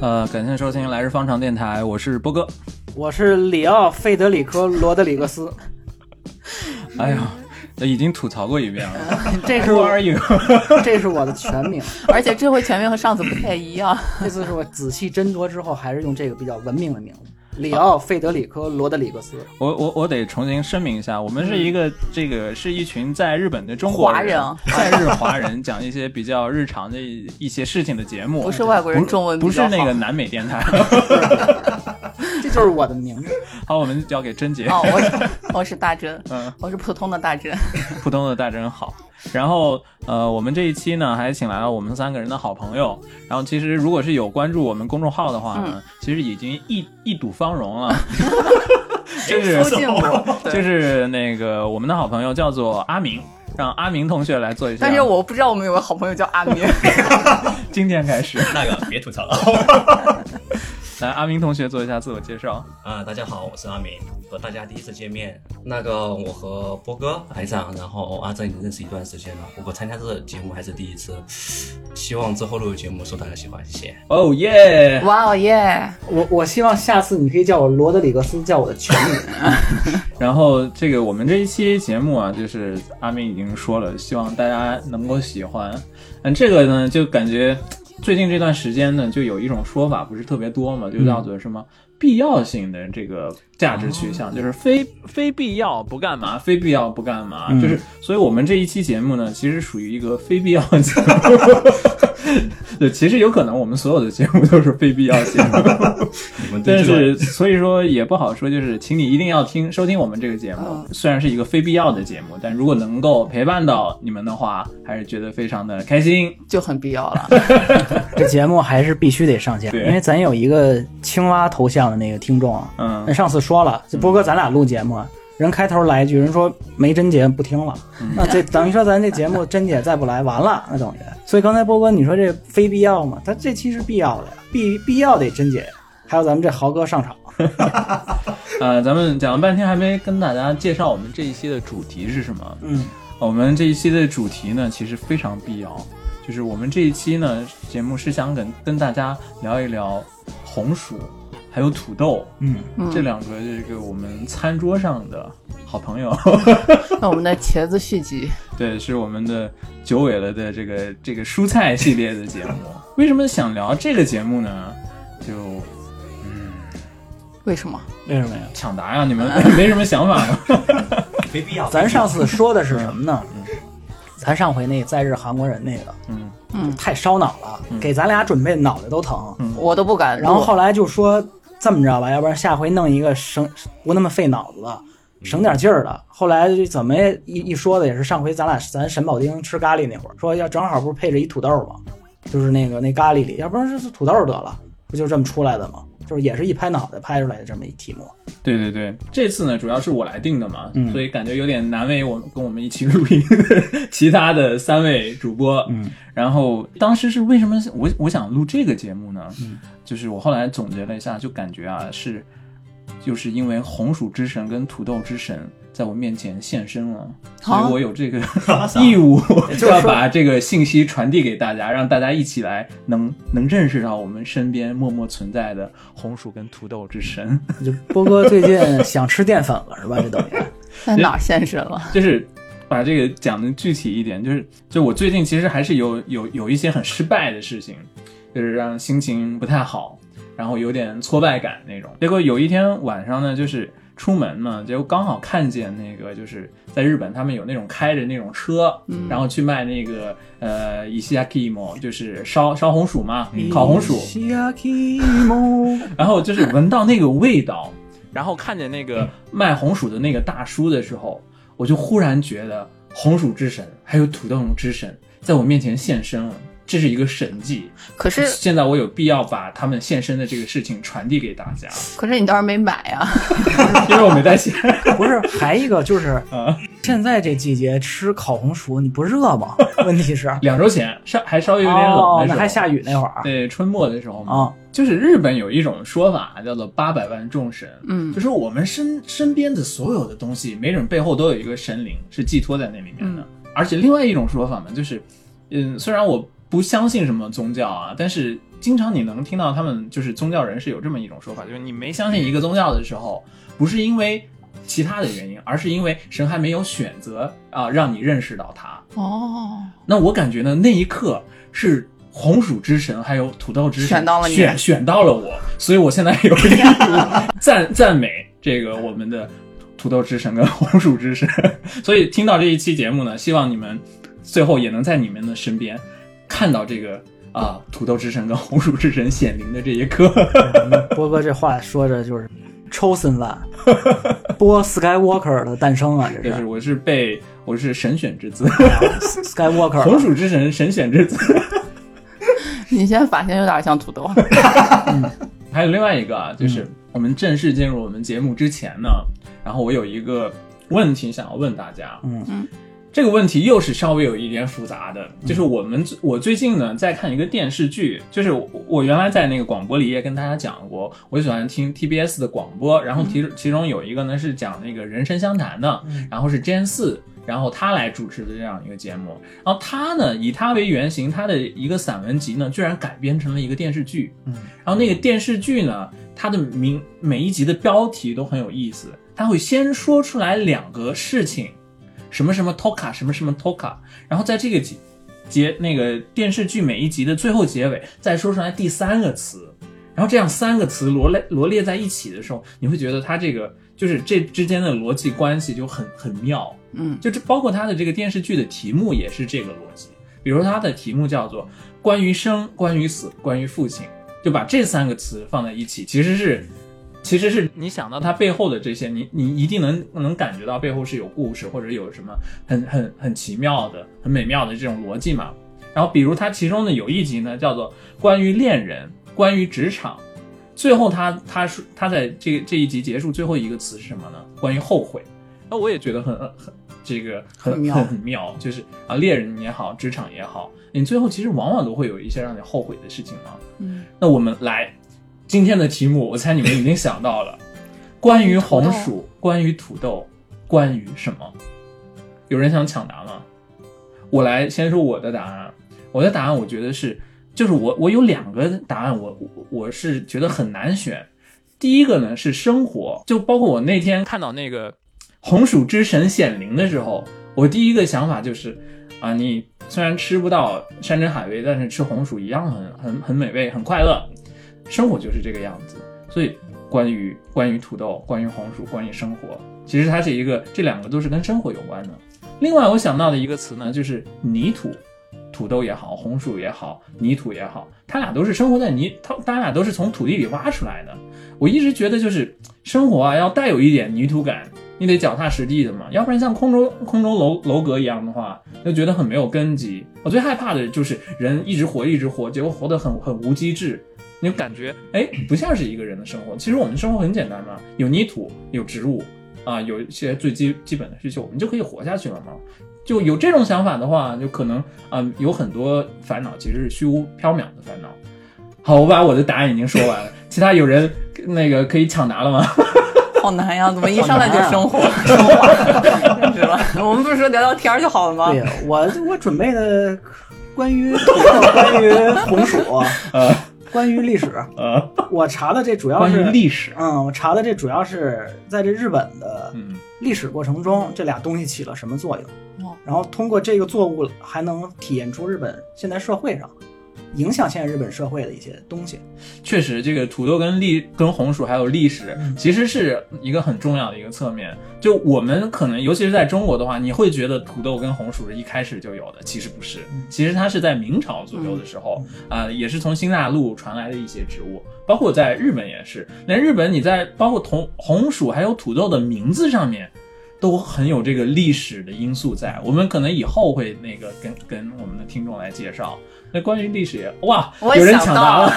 呃，感谢收听来日方长电台，我是波哥。我是里奥·费德里科·罗德里格斯，嗯哎呀，已经吐槽过一遍 了。 这是 Who 我 are you？ 这是我的全名。而且这回全名和上次不太一样。这次是我仔细斟酌之后，还是用这个比较文明的名字，里奥·费德里科·罗德里格斯。我我我得重新声明一下，我们是一个、这个是一群在日本的中国华人在日华人讲一些比较日常的一一些事情的节目，不是外国人中文不比是较好那个南美电台。 这就是我的名字。好，我们交给甄姐。哦，我是我是大真，嗯，我是普通的大真。普通的大真好。然后呃，我们这一期呢，还请来了我们三个人的好朋友。然后其实如果是有关注我们公众号的话呢，嗯其实已经一一睹芳容 了。就是出镜 过，就对。是那个我们的好朋友叫做阿明，让阿明同学来做一下。但是我不知道我们有个好朋友叫阿明，今天开始， 那个别吐槽了 来阿明同学做一下自我介绍。啊！大家好，我是阿明，和大家第一次见面。那个我和波哥、海长，然后阿正已经认识一段时间了。我参加这个节目还是第一次，希望之后录的节目受大家喜欢，谢谢。哦耶！哇哦耶！我我希望下次你可以叫我罗德里格斯，叫我的全名。 然后这个我们这一期节目啊，就是阿明已经说了，希望大家能够喜欢。嗯，这个呢，就感觉最近这段时间呢，就有一种说法不是特别多嘛，就叫做什么必要性的这个价值取向，就是非非必要不干嘛，非必要不干嘛，嗯就是所以我们这一期节目呢，其实属于一个非必要的节目。 对，其实有可能我们所有的节目都是非必要节目。你们对但这个是所以说也不好说，就是请你一定要听收听我们这个节目，嗯虽然是一个非必要的节目，但如果能够陪伴到你们的话，还是觉得非常的开心。就很必要了。这节目还是必须得上线，对因为咱有一个青蛙头像的那个听众啊，嗯那，上次说了，这波哥咱俩录节目啊，人开头来一句，人说没甄姐不听了，嗯那这等于说咱这节目甄姐再不来完了，那等于。所以刚才波哥你说这非必要吗？他这期是必要的呀，必必要得甄姐，还有咱们这豪哥上场。呃，咱们讲了半天还没跟大家介绍我们这一期的主题是什么。嗯，我们这一期的主题呢，其实非常必要，就是我们这一期呢节目是想跟跟大家聊一聊红薯还有土豆。嗯，嗯这两个这个我们餐桌上的好朋友，那我们的茄子续集，对，是我们的九尾了的这个这个蔬菜系列的节目。为什么想聊这个节目呢？就为什么？为什么呀？抢答呀，你们 没什么想法吗？没必要。咱上次说的是什么呢？咱上回那在日韩国人那个嗯，嗯，太烧脑了，给咱俩准备脑袋都疼。嗯我都不敢录。然后后来就说这么着吧，要不然下回弄一个省不那么费脑子的，省点劲儿的。后来就怎么也一一说的也是上回咱俩咱沈保丁吃咖喱那会儿，说要正好不是配着一土豆吗？就是那个那咖喱里，要不然就是土豆得了，不就这么出来的吗？就是也是一拍脑袋拍出来的这么一题目。对对对，这次呢主要是我来定的嘛，嗯所以感觉有点难为我们跟我们一起录音 的其他的三位主播。嗯，然后当时是为什么我我想录这个节目呢？嗯就是我后来总结了一下，就感觉啊是，就是因为红薯之神跟土豆之神在我面前现身了，所啊以我有这个 义 务要把这个信息传递给大家，让大家一起来能能认识到我们身边默默存在的红薯跟土豆之神。就波哥最 近想吃淀粉了是吧？这等于在哪儿现身了？ 就是把这个讲的具体一点，就是就我最近其实还是有有有一些很失败的事情，就是让心情不太好，然后有点挫败感那种。结果有一天晚上呢，就是出门嘛，结果刚好看见那个就是在日本他们有那种开着那种车，嗯然后去卖那个呃伊西亚 kimo，就是烧烧红薯嘛，嗯烤红薯。然后就是闻到那个味道， 然后看见那个卖红薯的那个大叔的时候，我就忽然觉得红薯之神还有土豆之神在我面前现身了，这是一个神迹。可是现在我有必要把他们现身的这个事情传递给大家，可是你倒是没买啊呀、因为我没带 钱。 不是还一个就是啊现在这季节吃烤红薯你不热吗？问题是两周前稍还稍微有点冷哦的，时那候，还下雨那会儿对春末的时候嘛，啊。就是日本有一种说法叫做八百万众神，嗯就是我们身身边的所有的东西，没准背后都有一个神灵是寄托在那里面的。而且另外一种说法嘛，就是，嗯，虽然我不相信什么宗教啊，但是经常你能听到他们就是宗教人士有这么一种说法，就是你没相信一个宗教的时候，不是因为其他的原因，而是因为神还没有选择啊让你认识到他。哦，那我感觉呢，那一刻是红薯之神还有土豆之神选到了你选选到了我，所以我现在有义 务赞赞美这个我们的土豆之神跟红薯之神。 所以听到这一期节目呢，希望你们最后也能在你们的身边看到这个啊、土豆之神跟红薯之神显灵的这一刻。 波哥这话说着就是抽森万，波 Skywalker 的诞生啊，这就是是我是被我是神选之子， 红 Skywalker。薯之神神选之子。你现在发型有点像土豆，还有另外一个啊，就是我们正式进入我们节目之前呢，然后我有一个问题想要问大家，嗯嗯，这个问题又是稍微有一点复杂的，就是我们最我最近呢在看一个电视剧，就是我我原来在那个广播里也跟大家讲过，我喜欢听 TBS 的广播，然后其其中有一个呢是讲那个人生相谈的，然后是 Jan 四，然后他来主持的这样一个节目，然后他呢以他为原型，他的一个散文集呢居然改编成了一个电视剧，然后那个电视剧呢，它的名每一集的标题都很有意思，它会先说出来两个事情，什么什么 toka，什么什么 toka，然后在这个集结那个电视剧每一集的最后结尾再说出来第三个词，然后这样三个词罗列罗列在一起的时候，你会觉得它这个就是这之间的逻辑关系就很很妙。嗯，就这包括它的这个电视剧的题目也是这个逻辑，比如它的题目叫做“关于生、关于死、关于父亲”，就把这三个词放在一起，其实是，其实是你想到它背后的这些，你你一定能能感觉到背后是有故事或者有什么很很很奇妙的、很美妙的这种逻辑嘛。然后比如它其中的有一集呢，叫做“关于恋人、关于职场”，最后他他说他在这个这一集结束最后一个词是什么呢？关于后悔。那我也觉得很很这个很很妙很妙，就是啊，猎人也好，职场也好，你最后其实往往都会有一些让你后悔的事情嘛。嗯，那我们来今天的题目，我猜你们已经想到了，关于红土薯，关于土豆，关于什么？有人想抢答吗？我来先说我的答案，我的答案我觉得是，就是我我有两个答案，我我我是觉得很难选。第一个呢是生活，就包括我那天看到那个红薯之神显灵的时候，我第一个想法就是，啊，你虽然吃不到山珍海味，但是吃红薯一样很很很美味，很快乐。生活就是这个样子。所以，关于关于土豆，关于红薯，关于生活，其实它是一个，这两个都是跟生活有关的。另外，我想到的一个词呢，就是泥土。土豆也好，红薯也好，泥土也好，它俩都是生活在泥，它它俩都是从土地里挖出来的。我一直觉得，就是生活啊，要带有一点泥土感，你得脚踏实地的嘛，要不然像空中空中楼楼阁一样的话，就觉得很没有根基。我最害怕的就是人一直活一直活，结果活得很很无机制，你就感觉哎不像是一个人的生活。其实我们生活很简单嘛，有泥土，有植物啊，有一些最基基本的需求，我们就可以活下去了嘛。就有这种想法的话，就可能啊、有很多烦恼其实是虚无缥缈的烦恼。好，我把我的答案已经说完了，其他有人那个可以抢答了吗？好难呀！怎么一上来就生活生活？真是吧？我们不是说聊聊天就好了吗啊对？我我准备的关于土豆、关于红 薯、呃关于历史，呃，我查的这主要 关于是历史，嗯，我查的这主要是在这日本的嗯历史过程中，这俩东西起了什么作用哦，然后通过这个作物还能体验出日本现代社会上影响现在日本社会的一些东西。确实，这个土豆跟历跟红薯还有历史嗯，其实是一个很重要的一个侧面。就我们可能，尤其是在中国的话，你会觉得土豆跟红薯是一开始就有的，其实不是嗯，其实它是在明朝左右的时候，啊、也是从新大陆传来的一些植物，包括在日本也是。连日本你在包括红红薯还有土豆的名字上面，都很有这个历史的因素在。我们可能以后会那个跟跟我们的听众来介绍。那关于历史也，哇，我有也人想抢答到了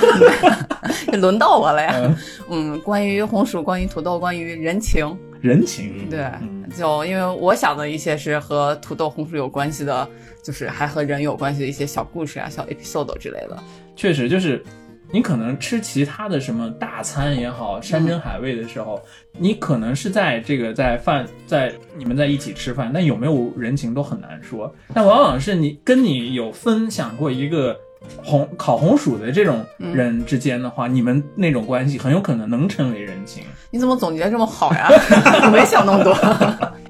了。， 轮到我了呀。嗯，关于红薯，关于土豆，关于人情，人情，对嗯，就因为我想的一些是和土豆、红薯有关系的，就是还和人有关系的一些小故事啊、小 episode 之类的。确实就是你可能吃其他的什么大餐也好，山珍海味的时候，你可能是在这个在饭在你们在一起吃饭，但有没有人情都很难说。但往往是你跟你有分享过一个红烤红薯的这种人之间的话，你们那种关系很有可能能成为人情。你怎么总结这么好呀？ 我没想那么多。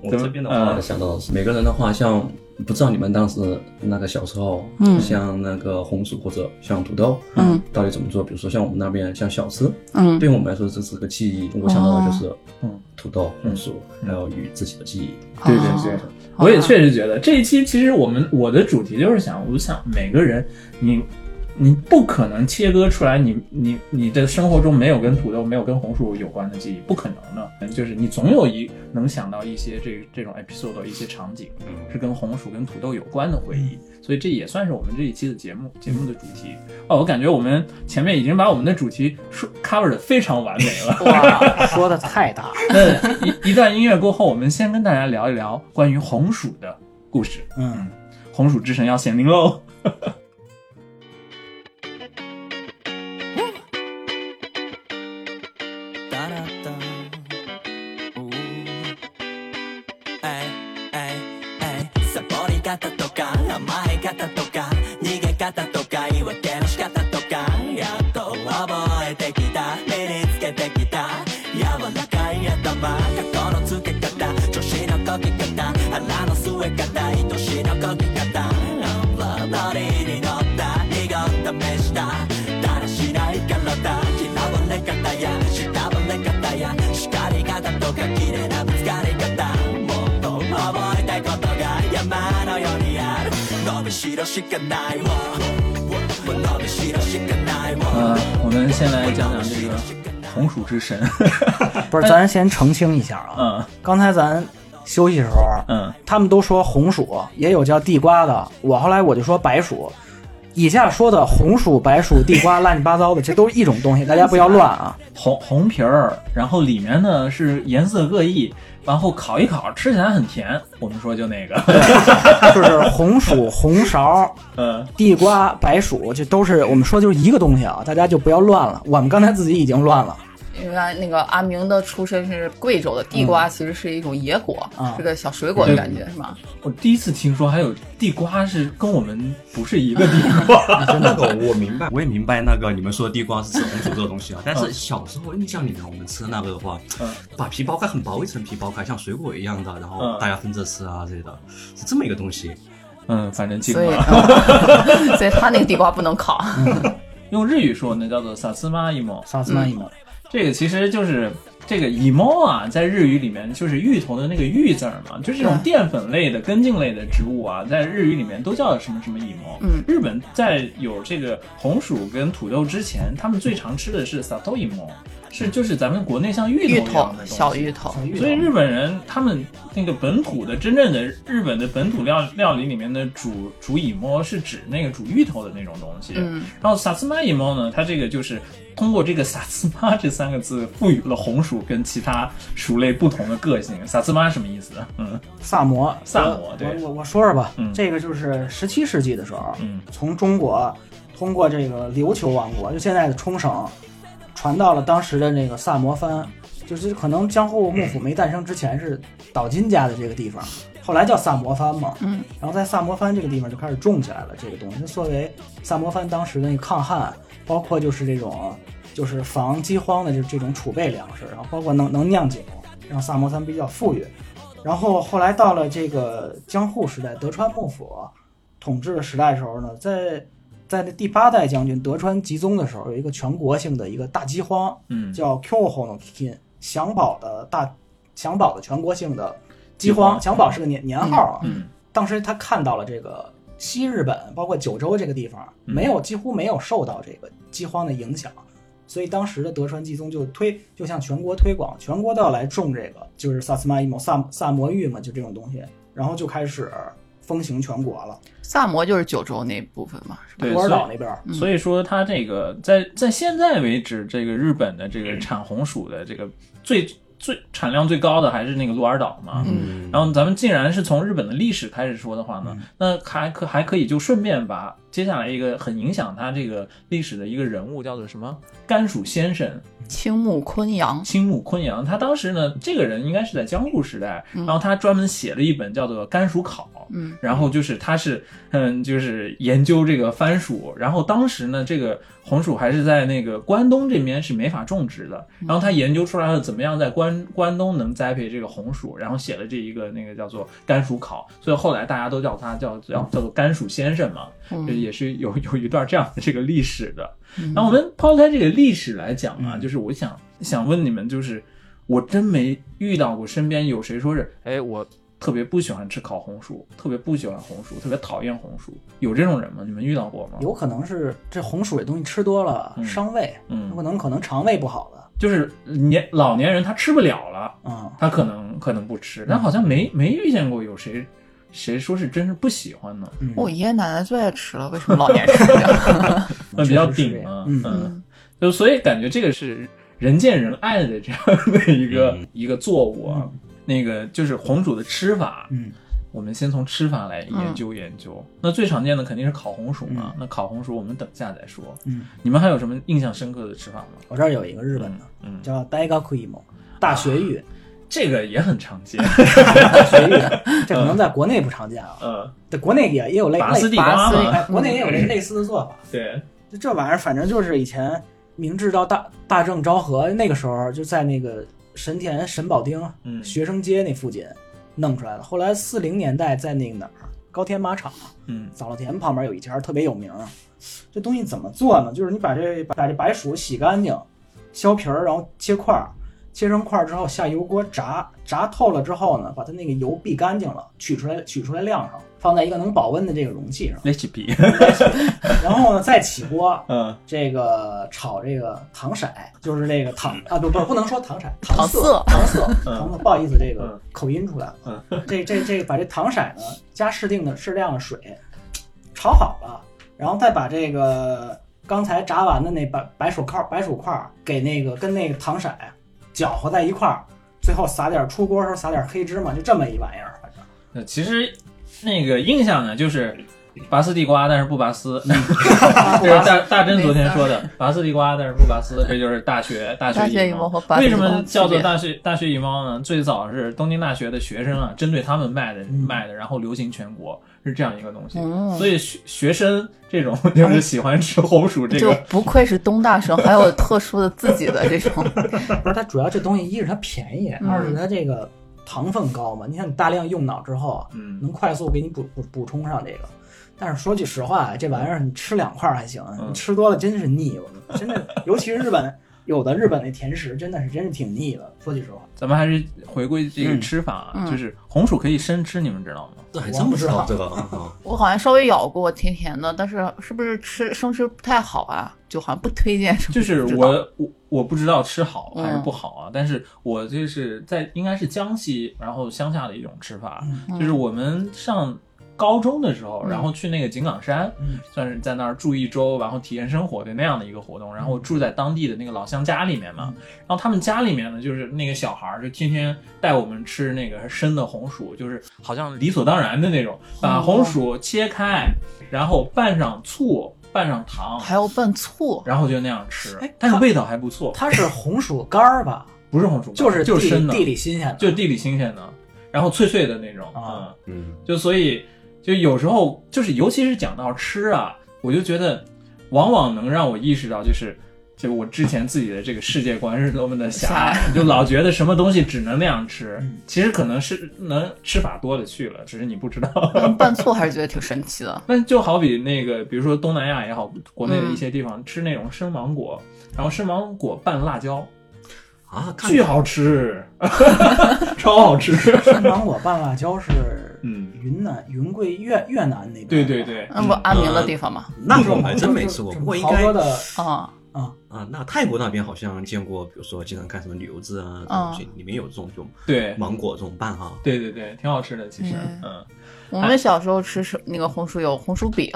我这边的话嗯想到的是，每个人的话，像不知道你们当时那个小时候，嗯像那个红薯或者像土豆，嗯，到底怎么做？比如说像我们那边像小吃，嗯对我们来说这是个记忆。我想到的就是，嗯，土豆、红薯，还有与自己的记忆。哦对对对，我也确实觉得这一期其实我们我的主题就是想，我想每个人你。你不可能切割出来你，你你的生活中没有跟土豆、没有跟红薯有关的记忆，不可能的。就是你总有一能想到一些这这种 episode 的一些场景，是跟红薯、跟土豆有关的回忆，所以这也算是我们这一期的节目节目的主题。哦，我感觉我们前面已经把我们的主题说 cover 的非常完美 了。哇，说的太大了。那一一段音乐过后，我们先跟大家聊一聊关于红薯的故事。嗯，红薯之神要显灵喽！哒哒哒，呜，哎哎哎，サボり方とか甘え方とか逃げ方とか言い訳の仕方とかやっと覚えてきた身につけてきた柔らかい頭過去のつけ方調子のこぎ方腹の据え方愛しのこぎ方踊りに乗った濁った目しただらしない体嫌われ方や慕われ方や叱り方とか綺麗なぶつかり方もっと覚えたいことが山のようにある伸びしろしかないわ伸びしろしかない啊わ、我们先来讲讲这个红薯之 神。不是，咱先澄清一下啊，嗯刚才咱休息时候，嗯，他们都说红薯，也有叫地瓜的。我后来我就说白薯。以下说的红薯、白薯、地瓜，乱七八糟的，这都是一种东西，大家不要乱 啊。红红皮儿，然后里面呢是颜色各异，然后烤一烤，吃起来很甜。我们说就那 个，就是红薯、红苕、嗯，地瓜、白薯，这都是我们说就是一个东西啊，大家就不要乱了。我们刚才自己已经乱了，因为那个阿明的出身是贵州的，地瓜其实是一种野果啊，是个小水果的感觉，是吗？我第一次听说还有地瓜是跟我们不是一个地瓜。那个我明白，我也明白那个你们说的地瓜是吃红薯这个东 西啊。但是小时候印象里面，我们吃那个的话嗯，把皮剥开很薄一层皮剥开，像水果一样的，然后嗯大家分着吃啊之类的，是这么一个东西。 嗯，反正惊所以，了。嗯 所以他那个地瓜不能烤。用日语说那叫做萨斯玛伊莫，萨斯曼一模。这个其实就是这个 emo 啊，在日语里面就是芋头的那个芋字儿嘛，就是这种淀粉类的、根茎类的植物啊，在日语里面都叫什么什么 emo。嗯，日本在有这个红薯跟土豆之前，他们最常吃的是 sato emo，是就是咱们国内像芋芋头一样头的，东西小芋头，所以日本人他们那个本土的真正的日本的本土料料理里面的煮煮乙摸是指那个煮芋头的那种东西。嗯，然后萨斯玛乙摸呢，它这个就是通过这个萨斯玛这三个字赋予了红薯跟其他薯类不同的个性。萨斯玛什么意思？嗯萨摩，萨摩我对我我说说吧，嗯这个就是十七世纪的时候，嗯从中国通过这个琉球王国，就现在的冲绳，传到了当时的那个萨摩藩，就是可能江户幕府没诞生之前是岛津家的这个地方，后来叫萨摩藩嘛，嗯，然后在萨摩藩这个地方就开始种起来了这个东西，就作为萨摩藩当时的那个抗旱，包括就是这种就是防饥荒的这这种储备粮食，然后包括能能酿酒，让萨摩藩比较富裕。然后后来到了这个江户时代，德川幕府统治时代的时候呢，在在那第八代将军德川吉宗的时候，有一个全国性的一个大饥荒，嗯，叫 k o h o n o Kin 祥宝的大祥宝的全国性的饥饥荒荒，祥宝是个年年号啊。嗯当时他看到了这个西日本，包括九州这个地方，啊嗯没有几乎没有受到这个饥荒的影响，所以当时的德川纪宗就推就向全国推广，全国都要来种这个，就是萨斯玛伊姆、萨萨摩玉嘛，就这种东西，然后就开始风行全国了，萨摩就是九州那部分嘛，是吧？对，鹿所儿以岛那边嗯儿。所以说，它这个在在现在为止，这个日本的这个产红薯的这个最最产量最高的还是那个鹿儿岛嘛。嗯然后咱们既然是从日本的历史开始说的话呢，那还可还可以就顺便把接下来一个很影响他这个历史的一个人物叫做什么甘薯先生青木昆阳，青木昆阳，他当时呢这个人应该是在江户时代，然后他专门写了一本叫做《甘薯考》。嗯，然后就是他是，嗯，就是研究这个番薯。然后当时呢，这个红薯还是在那个关东这边是没法种植的。然后他研究出来了怎么样在关关东能栽培这个红薯，然后写了这一个那个叫做《甘薯考》，所以后来大家都叫他叫叫叫做甘薯先生嘛，嗯就也是有有一段这样的这个历史的。然后我们抛开这个历史来讲啊，嗯就是我想想问你们，就是我真没遇到过身边有谁说是，哎，我特别不喜欢吃烤红薯，特别不喜欢红薯，特别讨厌红薯，有这种人吗？你们遇到过吗？有可能是这红薯这东西吃多了嗯伤胃，有嗯可，能可能肠胃不好的就是年老年人他吃不了了，啊。他可能可能不吃，但好像没没遇见过有谁谁说是真是不喜欢呢，嗯我爷爷奶奶最爱吃了，为什么老年人吃不 了？那比较顶啊，嗯嗯，就所以感觉这个是人见人爱的这样的一个、嗯一个作物啊。那个就是红薯的吃法，嗯，我们先从吃法来研究研究。那最常见的肯定是烤红薯嘛，那烤红薯我们等下再说。嗯，你们还有什么印象深刻的吃法吗？我这儿有一个日本的嗯，嗯，叫 Daiga Kuimo，大学芋，这个也很常见。大学芋， 这可能在国内不常见啊，呃，在国内也也有类拔丝类地瓜拔丝嘛，哎，国内也有类类似的做法。对，就这玩意儿，反正就是以前明治到大大正昭和那个时候，就在那个神田神保町嗯，学生街那附近弄出来的。后来四零年代在那个哪儿高田马场嗯早稻田旁边有一家特别有名。这东西怎么做呢？就是你把这把这白薯洗干净，削皮儿，然后切块儿，切成块儿之后下油锅炸，炸透了之后呢，把它那个油避干净了，取出来取出来晾上，放在一个能保温的这个容器上， ，recipe，然后呢再起锅， 嗯这个炒这个糖色，就是这个糖啊，不不不能说糖色，糖色色，糖色，嗯糖色，不好意思，这个嗯口音出来了。这这这把这糖色呢，加适定的适量的水，炒好了，然后再把这个刚才炸完的那白白薯块白薯块儿给那个跟那个糖色搅和在一块儿，最后撒点儿出锅时候撒点儿黑芝麻，就这么一玩意儿，反正那其实那个印象呢，就是拔丝地瓜，但是不拔丝。 这是大大真昨天说的，拔丝地瓜，但是不拔丝，这就是大学大大学学蚁蚁猫猫和拔丝为地什瓜么叫做区别大学大学蚁猫呢？最早是东京大学的学生啊，针对他们卖的卖的，然后流行全国，是这样一个东西。嗯 所以学学生这种就是喜欢吃红薯这就个，不愧是东大生，还有特殊的自己的这种， 不是它主要这东西一是它便宜，嗯二是它这个糖分高嘛，你像你大量用脑之后啊。嗯能快速给你补补补充上这个。但是说句实话，这玩意儿你吃两块儿还行，嗯你吃多了真是腻。我真的， 尤其是日本，有的日本那甜食真的是真是挺腻的。说句实话，咱们还是回归这个嗯吃法啊，嗯就是红薯可以生吃，你们知道吗？这还真不知道这个啊，我好像稍微咬过，甜甜的，但是是不是吃生吃不太好啊？就好像不推荐 什么。就是不知道嗯我我我不知道吃好还是不好啊，但是我就是在应该是江西，然后乡下的一种吃法，嗯就是我们上高中的时候，嗯然后去那个井冈山，嗯算是在那儿住一周，然后体验生活的那样的一个活动，然后住在当地的那个老乡家里面嗯嘛，然后他们家里面呢，就是那个小孩儿就天天带我们吃那个生的红薯，就是好像理所当然的那种，把哦红薯切开，然后拌上醋，拌上糖，还要拌醋，然后就那样吃哎，但是味道还不错，它是红薯干儿 吧？不是红薯干，就是地就里是生的，地里新鲜的，就地里新鲜的，然后脆脆的那种啊嗯，嗯，就所以就有时候就是尤其是讲到吃啊，我就觉得往往能让我意识到就是。就我之前自己的这个世界观是多么的狭隘狭，就老觉得什么东西只能那样吃嗯，其实可能是能吃法多了去了，只是你不知道。 嗯拌醋还是觉得挺神奇的。那就好比那个，比如说东南亚也好，国内的一些地方、吃那种生芒果，然后生芒果拌辣椒，啊，看巨好吃，超好吃。生芒果拌辣椒 是嗯，云南、云贵、越越南那边。嗯对对，对，那不安民的地方嘛，那个我还真没吃过，不过应好嗯该多的啊，啊，啊，那泰国那边好像见过，比如说经常看什么旅游志啊，这种东西里面有这种这种对芒果这种拌哈，对对对，挺好吃的，其实，嗯，我们小时候吃是那个红薯有红薯饼，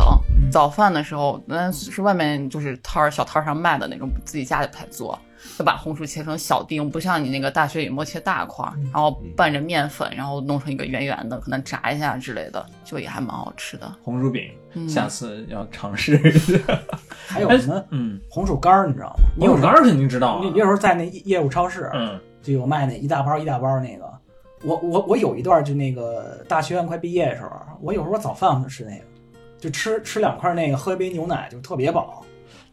早饭的时候那是外面就是摊儿小摊儿上卖的那种，自己家里才做，就把红薯切成小丁，不像你那个大学里末切大块儿，然后嗯拌着面粉，然后弄成一个圆圆的，可能炸一下之类的，就也还蛮好吃的。红薯饼，嗯下次要尝试一下。还有什么嗯，红薯干儿，你知道吗？你有红薯干儿肯定知道啊你，有时候在那业务超市，嗯就有卖那一大包一大包那个。我我我有一段就那个大学院快毕业的时候，我有时候我早饭我就吃那个，就吃吃两块那个，喝一杯牛奶就特别饱。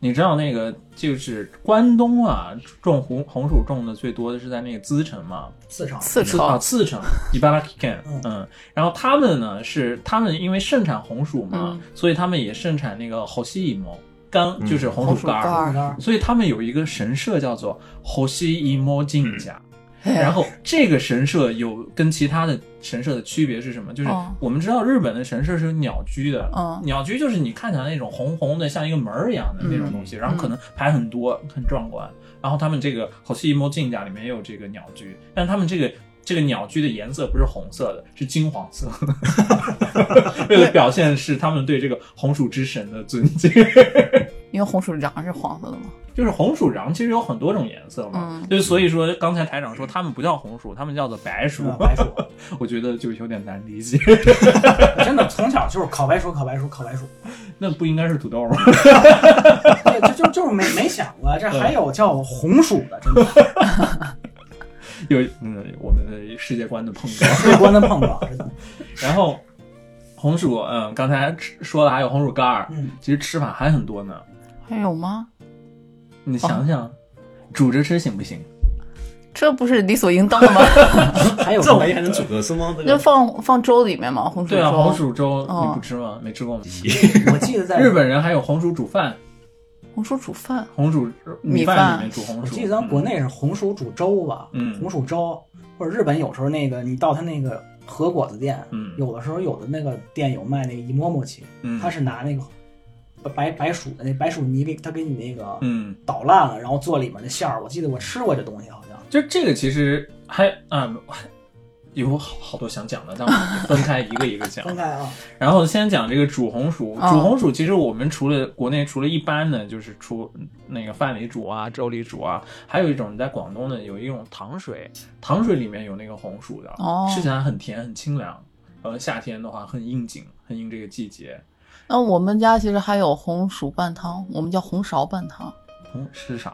你知道那个就是关东啊，种红红薯种的最多的是在那个茨城嘛，四成四茨啊川，茨 城伊巴拉克县嗯，嗯，然后他们呢是他们因为盛产红薯嘛，嗯所以他们也盛产那个好西伊毛干，嗯就是红红薯薯干干儿，儿红薯干儿，所以他们有一个神社叫做好西伊毛进家。哎然后这个神社有跟其他的神社的区别是什么？就是哦我们知道日本的神社是有鸟居的，嗯鸟居就是你看起来那种红红的，像一个门儿一样的那种嗯东西，然后可能排很多，很壮观。然后他们这个好西一摸镜甲里面也有这个鸟居，但他们这个。这个鸟居的颜色不是红色的，是金黄色 的，为了表现是他们对这个红薯之神的尊敬。 因为红薯瓤是黄色的嘛。就是红薯瓤其实有很多种颜色嘛，嗯就所以说刚才台长说他们不叫红薯，他们叫做白薯，嗯白薯 我觉得就有点难理解。 真的从小就是烤白薯，烤白薯，烤白薯，那不应该是土豆吗？ 对，就就就是没没想过这还有叫红薯的，真的有嗯，我们的世界观的碰撞。 世界观的碰撞，真的。然后红薯，嗯，刚才吃说了还有红薯干儿，嗯，其实吃法还很多呢。还有吗？你想想，哦煮着吃行不行？这不是理所应当的 吗？还有这玩意还能煮个是吗？这那个放放粥里面吗？红薯对啊，粥红薯粥哦你不吃吗？没吃过吗？我记得在日，本人还有红薯煮饭，红薯煮饭，红薯米米饭饭里面煮红我薯。记得咱国嗯内是红薯煮粥吧，嗯红薯粥，或者日本有时候那个你到他那个和果子店，嗯有的时候有的那个店有卖那个一摸摸起，嗯他是拿那个白白薯的那白薯泥给他给你那个嗯。捣烂了，然后做里面的馅儿。我记得我吃过这东西，好像就这个其实还啊、有好好多想讲的，但我们分开一个一个讲。分开啊，然后先讲这个煮红薯，哦煮红薯其实我们除了国内除了一般的就是出那个饭里煮啊、粥里煮啊，还有一种在广东的有一种糖水，糖水里面有那个红薯的，哦吃起来很甜很清凉，呃，夏天的话很应景，很应这个季节。那我们家其实还有红薯拌汤，我们叫红苕拌汤，嗯，是啥？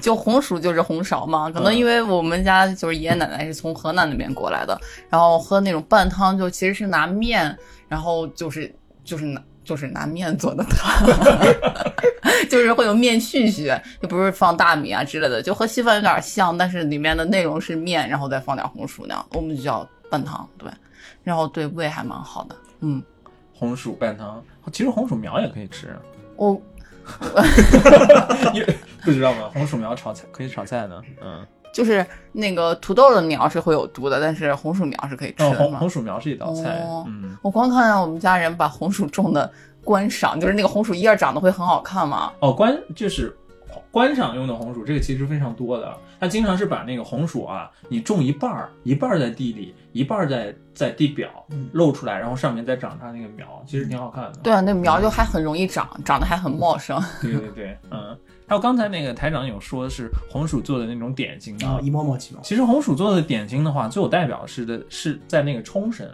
就红薯就是红苕嘛。可能嗯因为我们家就是爷爷奶奶是从河南那边过来的，然后喝那种拌汤就其实是拿面，然后就是就是拿。就是拿面做的汤， 就是会有面絮絮，就不是放大米啊之类的，就和稀饭有点像，但是里面的内容是面，然后再放点红薯那样，我们就叫拌汤，对，然后对胃还蛮好的，嗯。红薯拌汤，其实红薯苗也可以 吃，我因为不知道吗？红薯苗炒菜可以炒菜呢，嗯。就是那个土豆的苗是会有毒的，但是红薯苗是可以吃哦，的红嘛。红薯苗是一道菜，哦嗯，我光看到我们家人把红薯种的观赏，就是那个红薯叶儿长得会很好看嘛。哦，观就是观赏用的红薯，这个其实非常多的。它经常是把那个红薯啊，你种一半儿，一半儿在地里，一半儿在在地表嗯露出来，然后上面再长它那个苗，其实挺好看的。对啊，那苗就还很容易长，长得还很茂盛。对对对，嗯。还有刚才那个台长有说是红薯做的那种点心然后嘛，一摸摸起嘛其实红薯做的点心的话，最有代表式的是在那个冲绳，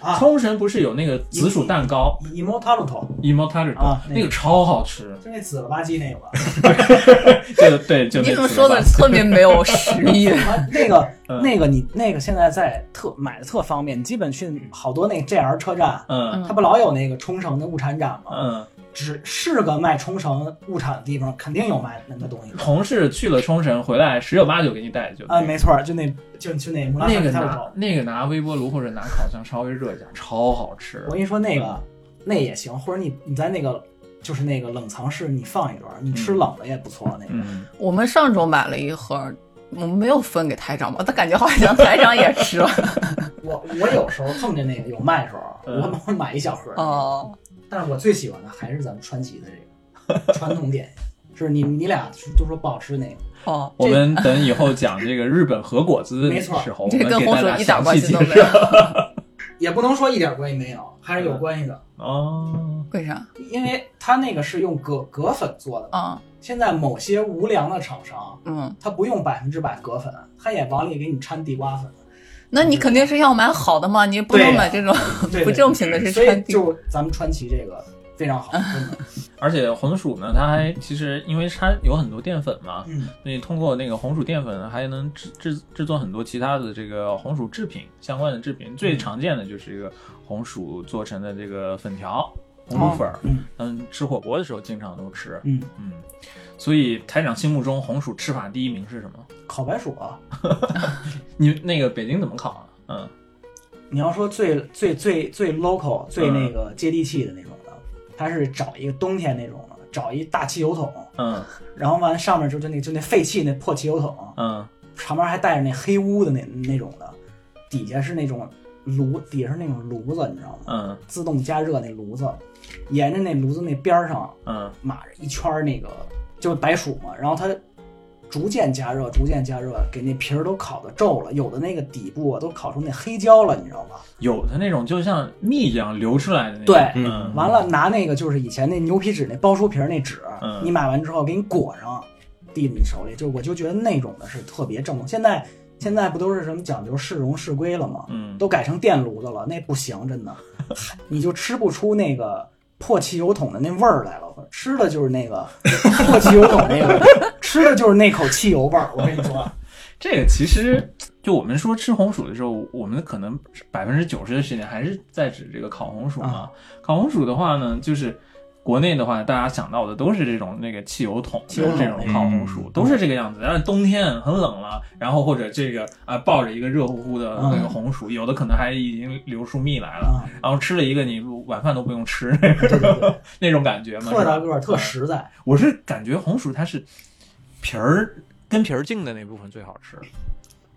啊，冲绳不是有那个紫薯蛋糕一摸塔鲁头， i m o t a r i 啊那个那个超好吃，就那紫了吧唧 那个吧，就对，就那你怎么紫说吧的唧特别没有食 欲？啊那个嗯那个你那个现在在特买的特方便，你基本去好多那个 JR 车站。嗯它不老有那个冲绳的物产展吗？嗯，只是个卖冲绳物产的地方，肯定有卖那个东西的。同事去了冲绳回来，十有八九给你带就啊，没错儿，就那就就那摩拉那个塔鲁拿头。那个拿微波炉或者拿烤箱稍微热一下，超好吃我。跟你说，那个那也行，或者你你在那个就是那个冷藏室你放一段儿，你吃冷的也不错。那个嗯，我们上周买了一盒，我们没有分给台长吧？但感觉好像台长也吃了。我我有时候碰见那个有卖的时候，嗯我会买一小盒儿。 哦，但是我最喜欢的还是咱们川崎的这个传统点心， 就是你你俩都说不好吃那个，哦，我这们等以后讲这个日本和果子 没的错时候，我这们跟给红大薯家一点详关细系介都没绍。有，也不能说一点关系没有，还是嗯有关系的，哦，为啥？因为它那个是用葛葛粉做的。啊，现在某些无良的厂商，嗯，他不用百分之百葛粉，他也往里给你掺地瓜粉。那你肯定是要买好的嘛，你不对能呀买这种对不正品的，是所以川地。就咱们川崎这个非常好，真的。而且红薯呢，它还其实因为它有很多淀粉嘛，嗯，所以通过那个红薯淀粉还能制制制作很多其他的这个红薯制品相关的制品，嗯最常见的就是一个红薯做成的这个粉条。红薯粉儿，嗯嗯，吃火锅的时候经常都吃，嗯，嗯，所以台长心目中红薯吃法第一名是什么？烤白薯啊，你那个北京怎么烤啊？嗯，你要说最最最最 local、最那个接地气的那种的，它是找一个冬天那种的，找一大汽油桶，嗯然后完上面就就那就那废弃那破汽油桶，嗯旁边还带着那黑污的那那种的，底下是那种炉，底下是那种炉子，你知道吗？嗯自动加热那炉子，沿着那炉子那边儿上嗯码着一圈儿那个就是白薯嘛，然后它逐渐加热，逐渐加热，给那皮儿都烤的皱了，有的那个底部啊都烤出那黑焦了，你知道吗？有的那种就像蜜一样流出来的那种，对嗯，完了拿那个就是以前那牛皮纸那包书皮儿那纸，嗯你买完之后给你裹上，递你手里，就是我就觉得那种的是特别正宗。现在现在不都是什么讲究市容市规了吗？嗯，都改成电炉子了，那不行，真的， 你就吃不出那个破汽油桶的那味儿来了。吃的就是那个 破汽油桶那个，吃的就是那口汽油味儿。我跟你说，这个其实就我们说吃红薯的时候，我们可能百分之九十的时间还是在指这个烤红薯啊嘛。烤红薯的话呢，就是国内的话，大家想到的都是这种那个汽油桶，汽油桶嗯这种烤红薯、都是这个样子。但是冬天很冷了，然后或者这个啊、抱着一个热乎乎的嗯那个红薯，有的可能还已经流出蜜来了，啊，然后吃了一个你晚饭都不用吃 对对对，那种感觉嘛。特是吧大个儿，特实在。我是感觉红薯它是皮儿跟皮儿净的那部分最好吃。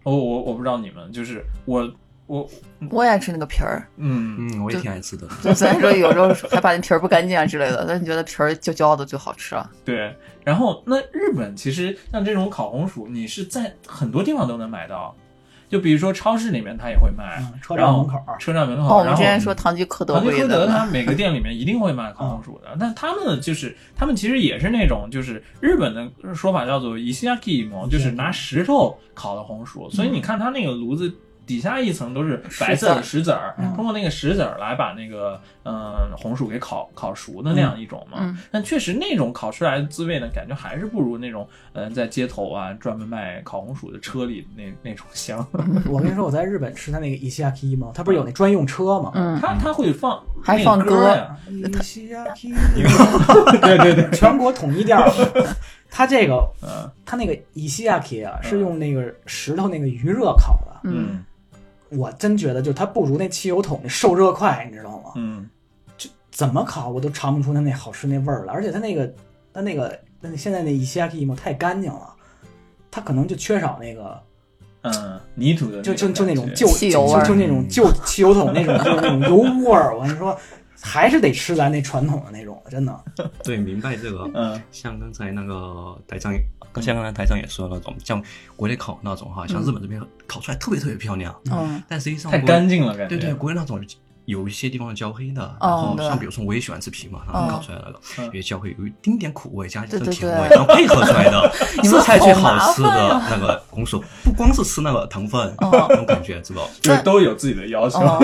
我我我不知道你们，就是我我 我也爱吃那个皮儿， 嗯，嗯，我也挺爱吃的。就虽然说有时候还怕那皮儿不干净啊之类的，但是觉得皮儿焦焦的最好吃啊。对。然后那日本其实像这种烤红薯，你是在很多地方都能买到，就比如说超市里面它也会卖，嗯，车站门口儿，车站门哦，我口，们然之后。前说唐吉诃德唐吉不也诃德在它吗？每个店里面一定会卖烤红薯的，但他们就是他们其实也是那种就是日本的说法叫做 ishiaki 嘛，就是拿石头烤的红薯，所以你看它那个炉子。底下一层都是白色的石子儿嗯，通过那个石子儿来把那个嗯、呃红薯给烤烤熟的那样一种嘛。嗯但确实那种烤出来的滋味呢，感觉还是不如那种嗯、呃在街头啊专门卖烤红薯的车里那那种香。我跟你说，我在日本吃他那个伊西亚 k 吗？他不是有那专用车吗？嗯，它它会放还那放歌歌呀，伊西亚 k 对对对， 全国统一调。他这个嗯他那个伊西亚 k 啊，嗯是用那个石头那个余热烤的。嗯，嗯我真觉得，就它不如那汽油桶那受热快，你知道吗？嗯。怎么烤我都尝不出它那好吃那味儿了。而且它那个它那个那现在那伊西亚 k 嘛，太干净了。它可能就缺少那个，嗯，泥土的就就就那种旧旧汽油味儿就就那种旧汽油桶那种，就是那种油污味儿。我跟你说，还是得吃咱那传统的那种，真的。对，明白这个。嗯像刚才那个台长，刚像刚才台长也说了那种，像国内烤那种哈，像日本这边烤出来特别特别漂亮， 嗯但实际上太国干净了，感觉对对，国内那种有一些地方焦黑的，嗯然后对像比如说我也喜欢吃皮嘛，然后烤出来那个嗯因为焦黑有一丁点苦味，加一点对对甜对味，然后配合出来的你们这才最好吃好麻的那个红薯，不光是吃那个糖分嗯那种感觉，知道？就都有自己的要求。 哦，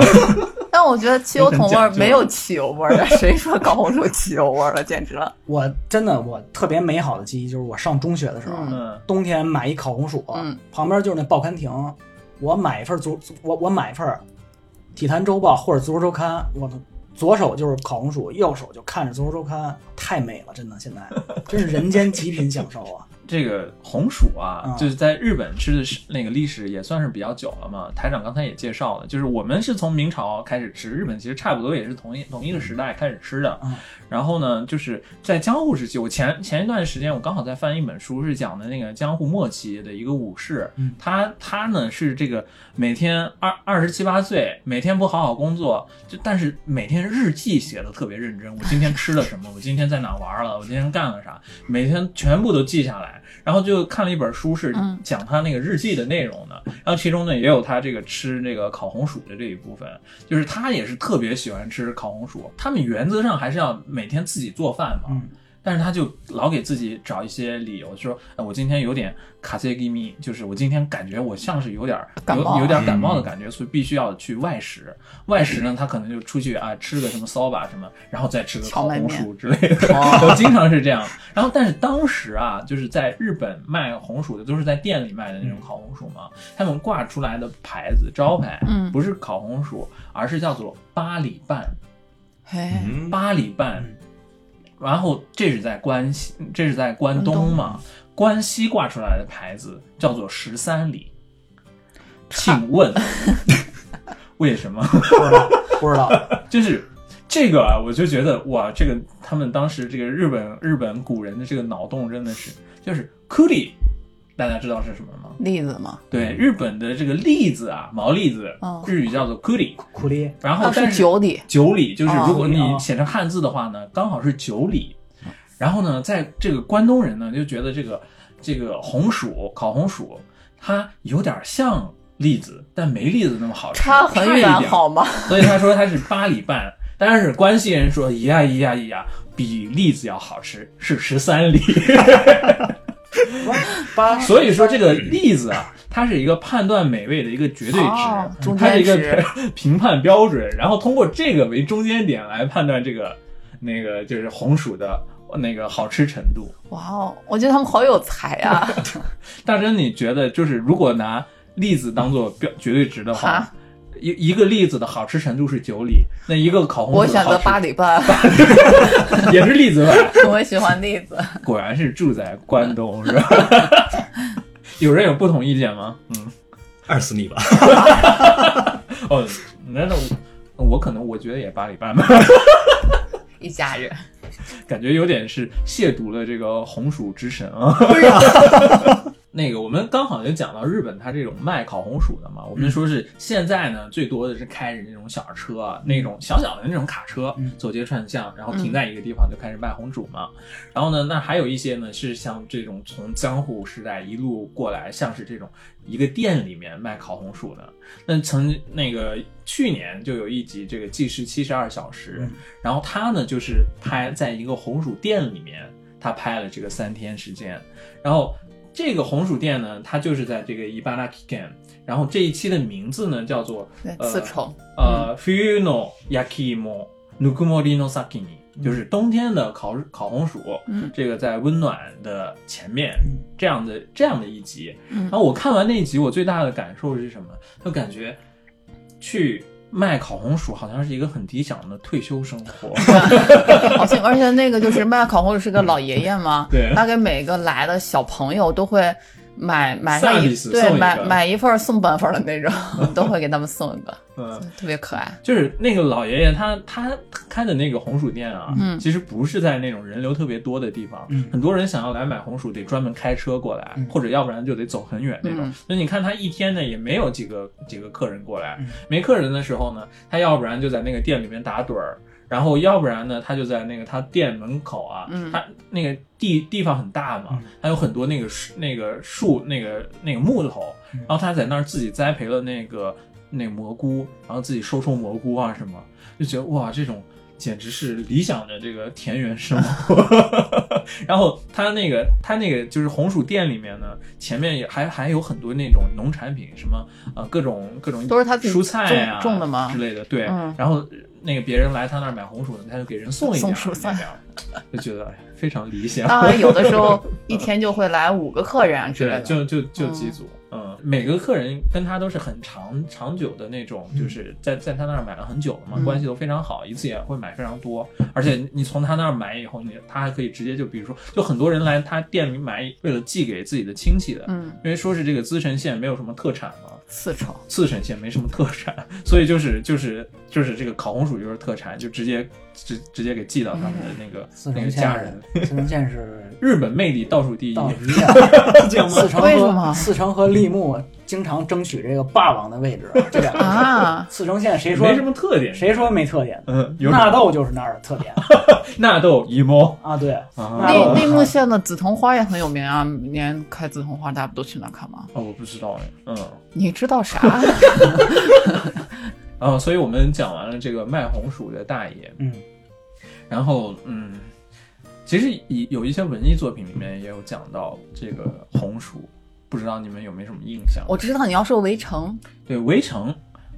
但我觉得汽油桶味有点儿讲究没有汽油味儿，谁说烤红薯汽油味儿了？简直 了！我真的我特别美好的记忆就是我上中学的时候，啊嗯嗯冬天买一烤红薯，嗯旁边就是那报刊亭，我买一份足我我买一份《体坛周报》或者《足球周刊》，我左手就是烤 红薯，右手就看着《足球周刊》，太美了，真的，现在真是人间极品享受啊！这个红薯啊啊，就是在日本吃的是那个历史也算是比较久了嘛。台长刚才也介绍了，就是我们是从明朝开始吃，日本其实差不多也是同一同一个时代开始吃的嗯。然后呢，就是在江户时期，我前前一段时间我刚好在翻一本书，是讲的那个江户末期的一个武士嗯，他他呢是这个每天二二十七八岁，每天不好好工作，就但是每天日记写的特别认真。我今天吃了什么？我今天在哪玩了？我今天干了啥？每天全部都记下来。然后就看了一本书，是嗯讲他那个日记的内容的。然后其中呢也有他这个吃这个烤红薯的这一部分，就是他也是特别喜欢吃烤红薯。他们原则上还是要每天自己做饭嘛。嗯但是他就老给自己找一些理由，说，哎，我今天有点卡塞基米，就是我今天感觉我像是有点儿感冒有有点儿感嗯冒的感觉，所以必须要去外食。外食呢，他可能就出去啊吃个什么烧吧什么，然后再吃个荞烤麦红面薯之类的， 我经常是这样。然后，但是当时啊，就是在日本卖红薯的都是在店里卖的那种烤红薯嘛，他们挂出来的牌子招牌，嗯不是烤红薯，而是叫做八里半。哎，嗯，八里半嗯，然后这是在关西，这是在关东嘛？关西挂出来的牌子叫做十三里，请问 为什么？不知道，不知道，就是这个啊，我就觉得哇，这个他们当时这个日本日本古人的这个脑洞真的是，就是库里，大家知道是什么吗？栗子嘛，对，日本的这个栗子啊，毛栗子嗯，日语叫做库里，苦力然后啊但是九里，九里，就是如果你哦写成汉字的话呢，刚好是九里。然后呢，在这个关东人呢就觉得这个这个红薯烤红薯，它有点像栗子，但没栗子那么好吃，差很远一点好吗？所以他说他是八里半，但是关西人说咿呀咿呀咿呀，比栗子要好吃，是十三里。哦八所以说这个栗子啊，它是一个判断美味的一个绝对值，嗯哦中它是一间个 值评判标准，然后通过这个为中间点来判断这个那个就是红薯的那个好吃程度。哇哦，我觉得他们好有才 啊！大真，你觉得就是如果拿栗子当做标绝对值的话哈，一一个栗子的好吃程度是九里，那一个烤红我薯的选好择吃八里 半，也是栗子吧？我喜欢栗子。果然是住在关东是吧？有人有不同意见吗？嗯。二十里吧，哦，难道我我可能我觉得也八里半吧，一家人， 感觉有点是亵渎了这个红薯之神啊。 那个，我们刚好就讲到日本，它这种卖烤红薯的嘛，我们说是现在呢，最多的是开着那种小车啊，那种小小的那种卡车嗯，走街串巷，然后停在一个地方就开始卖红薯嘛。然后呢，那还有一些呢是像这种从江户时代一路过来，像是这种一个店里面卖烤红薯的。那曾那个去年就有一集这个《计时七十二小时》嗯然后他呢就是拍在一个红薯店里面，他拍了这个三天时间。然后这个红薯店呢，它就是在这个 Ibara Kiken。然后这一期的名字呢叫做对呃 四重，呃 Fuyu no Yakimo Nukumori no Sakini，就是冬天的烤烤红薯。嗯这个在温暖的前面嗯这样的这样的一集。嗯然后我看完那一集，我最大的感受是什么？就感觉去卖烤红薯好像是一个很理想的退休生 活。好像而且那个就是卖烤红薯是个老爷爷嘛， 对他给每个来的小朋友都会买买上 Service，对送一买个买一份儿送半份儿的那种， 都会给他们送一个，嗯，特别可爱。就是那个老爷爷他，他开的那个红薯店啊，嗯其实不是在那种人流特别多的地方，嗯很多人想要来买红薯得专门开车过来，嗯或者要不然就得走很远那种。嗯所以你看他一天呢也没有几个几个客人过来，嗯没客人的时候呢，他要不然就在那个店里面打盹儿。然后，要不然呢，他就在那个他店门口啊，嗯他那个地地方很大嘛嗯，还有很多那个树、那个树、那个那个木头，嗯然后他在那儿自己栽培了那个那个蘑菇，然后自己收收蘑菇啊什么，就觉得哇，这种简直是理想的这个田园生活。 然后他那个他那个就是红薯店里面呢，前面也还还有很多那种农产品，什么呃各种各种都是他自己蔬菜啊种种的吗之类的，对。嗯然后那个别人来他那儿买红薯，他就给人送一点儿送蔬菜那样就觉得哎呀非 常理想。当然，有的时候一天就会来五个客人啊之类对，的。就就就几组，嗯， ，每个客人跟他都是很长长久的那种，就是在在他那儿买了很久了嘛，嗯关系都非常好，一次也会买非常多，而且你从他那儿买以后，你他还可以直接就比如说，就很多人来他店里买，为了寄给自己的亲戚的，嗯，因为说是这个资城县没有什么特产嘛，刺丑，刺城县没什么特产，所以就是就是就是这个烤红薯就是特产，就直接直直接给寄到他们的那个、四那城个家人县。，四城县是日本魅力倒数第一，到一 样，四城为什么和四城和立木经常争取这个霸王的位置， 这两个事儿 啊，四城县谁说没什么特点。谁说没特点？嗯，有纳豆就是那儿的特点纳豆一猫啊，对，啊 纳内豆内木县的紫藤花也很有名啊，每年开紫藤花，大家不都去那儿看吗？哦，我不知道哎，嗯。你知道啥？ 然啊后，所以我们讲完了这个卖红薯的大爷，嗯，然后嗯，其实以有一些文艺作品里面也有讲到这个红薯，不知道你们有没有什么印象？我知道你要说《围城对《围城》，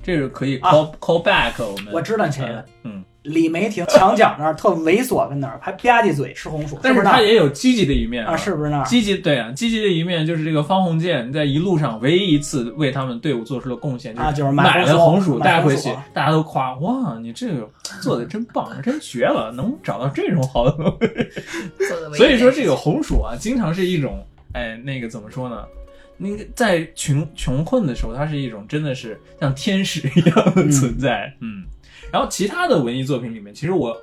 这个可以啊 call、call back 我们，我知道你谁了嗯。嗯，李梅婷墙角那儿特猥琐，跟那儿还吧唧嘴吃红薯，但是是不那他儿也有积极的一面啊？是不是那儿？积极对啊，积极的一面就是这个方鸿渐在一路上唯一一次为他们队伍做出了贡献，就啊是就是买了红红薯薯带回买去红薯，啊大家都夸哇，你这个做的真棒，真绝了，能找到这种好的东西。》做的。所以说这个红薯啊，经常是一种哎，那个怎么说呢？那个在穷穷困的时候，它是一种真的是像天使一样的存在，嗯。然后其他的文艺作品里面，其实我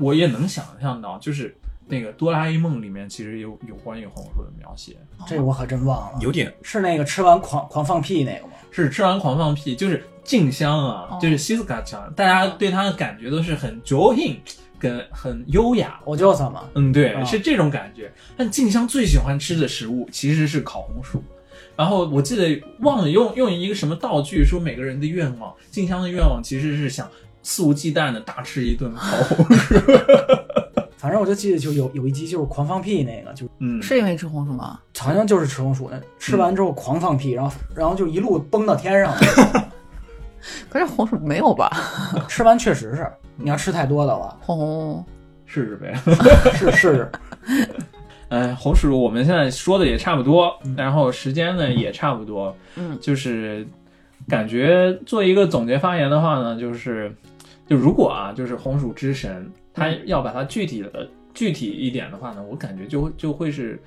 我也能想象到，就是那个《哆啦 A 梦》里面其实有有关于红薯的描写，这我可真忘了，有点是那个吃完狂狂放屁那个吗？是吃完狂放屁，就是静香啊哦，就是西斯卡强，大家对他的感觉都是很酒品，跟很优雅，我就操嘛，嗯，对，哦啊是这种感觉。但静香最喜欢吃的食物其实是烤红薯。然后我记得忘了用用一个什么道具说每个人的愿望，静香的愿望其实是想肆无忌惮的大吃一顿烤红 薯。反正我就记得就有有一集就是狂放屁那个，就嗯，是因为吃红薯吗？好像就是吃红薯那，吃完之后狂放屁，然后然后就一路崩到天上了。 可是红薯没有吧？吃完确实是，嗯你要吃太多的话，红试试呗。 是是，哎，红薯我们现在说的也差不多，然后时间呢也差不多，嗯就是感觉做一个总结发言的话呢，就是就如果啊，就是红薯之神，他要把它具体的、具体一点的话呢，我感觉就就会是，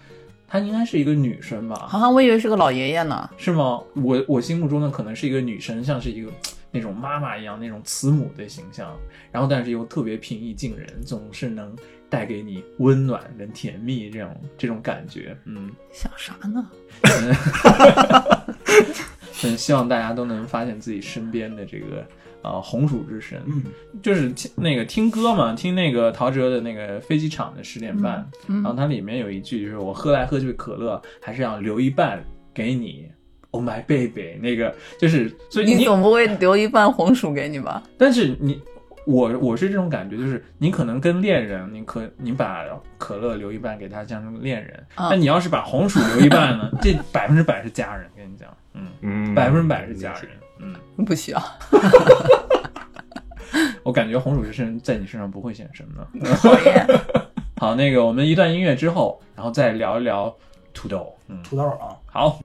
她应该是一个女生吧，航航，我以为是个老爷爷呢。是吗？我我心目中呢可能是一个女生，像是一个。那种妈妈一样那种慈母的形象，然后但是又特别平易近人，总是能带给你温暖跟甜蜜这种这种感觉，嗯，想啥呢？嗯，希望大家都能发现自己身边的这个呃红薯之神，嗯，就是听那个听歌嘛，听那个陶喆的那个飞机场的十点半，然嗯后它里面有一句就是我喝来喝去可乐，还是要留一半给你，Oh my baby，那个就是所以你总不会留一半红薯给你吧？但是你我我是这种感觉，就是你可能跟恋人，你可你把可乐留一半给他，像恋人，啊那、你要是把红薯留一半 呢，这百分之百是家人，跟你讲，嗯。嗯百分之百是家人。嗯，不需要。我感觉红薯之身在你身上不会显身 的。讨厌。 好，那个我们一段音乐之后，然后再聊一聊土豆。嗯，土豆啊，好。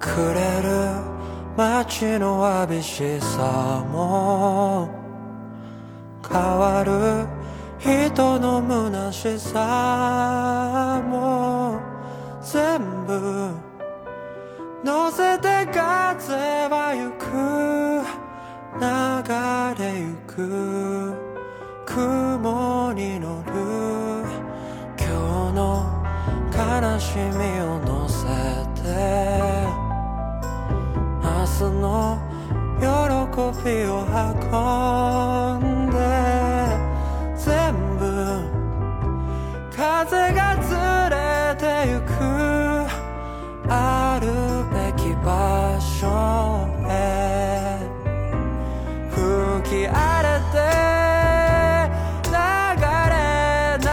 暮れる街のわびしさも変わる人の虚しさも全部乗せて風は行く流れ行く雲に乗る今日の悲しみを乗せて明日の喜びを運んで全部風が連れてゆくあるべき場所へき荒れて流れ流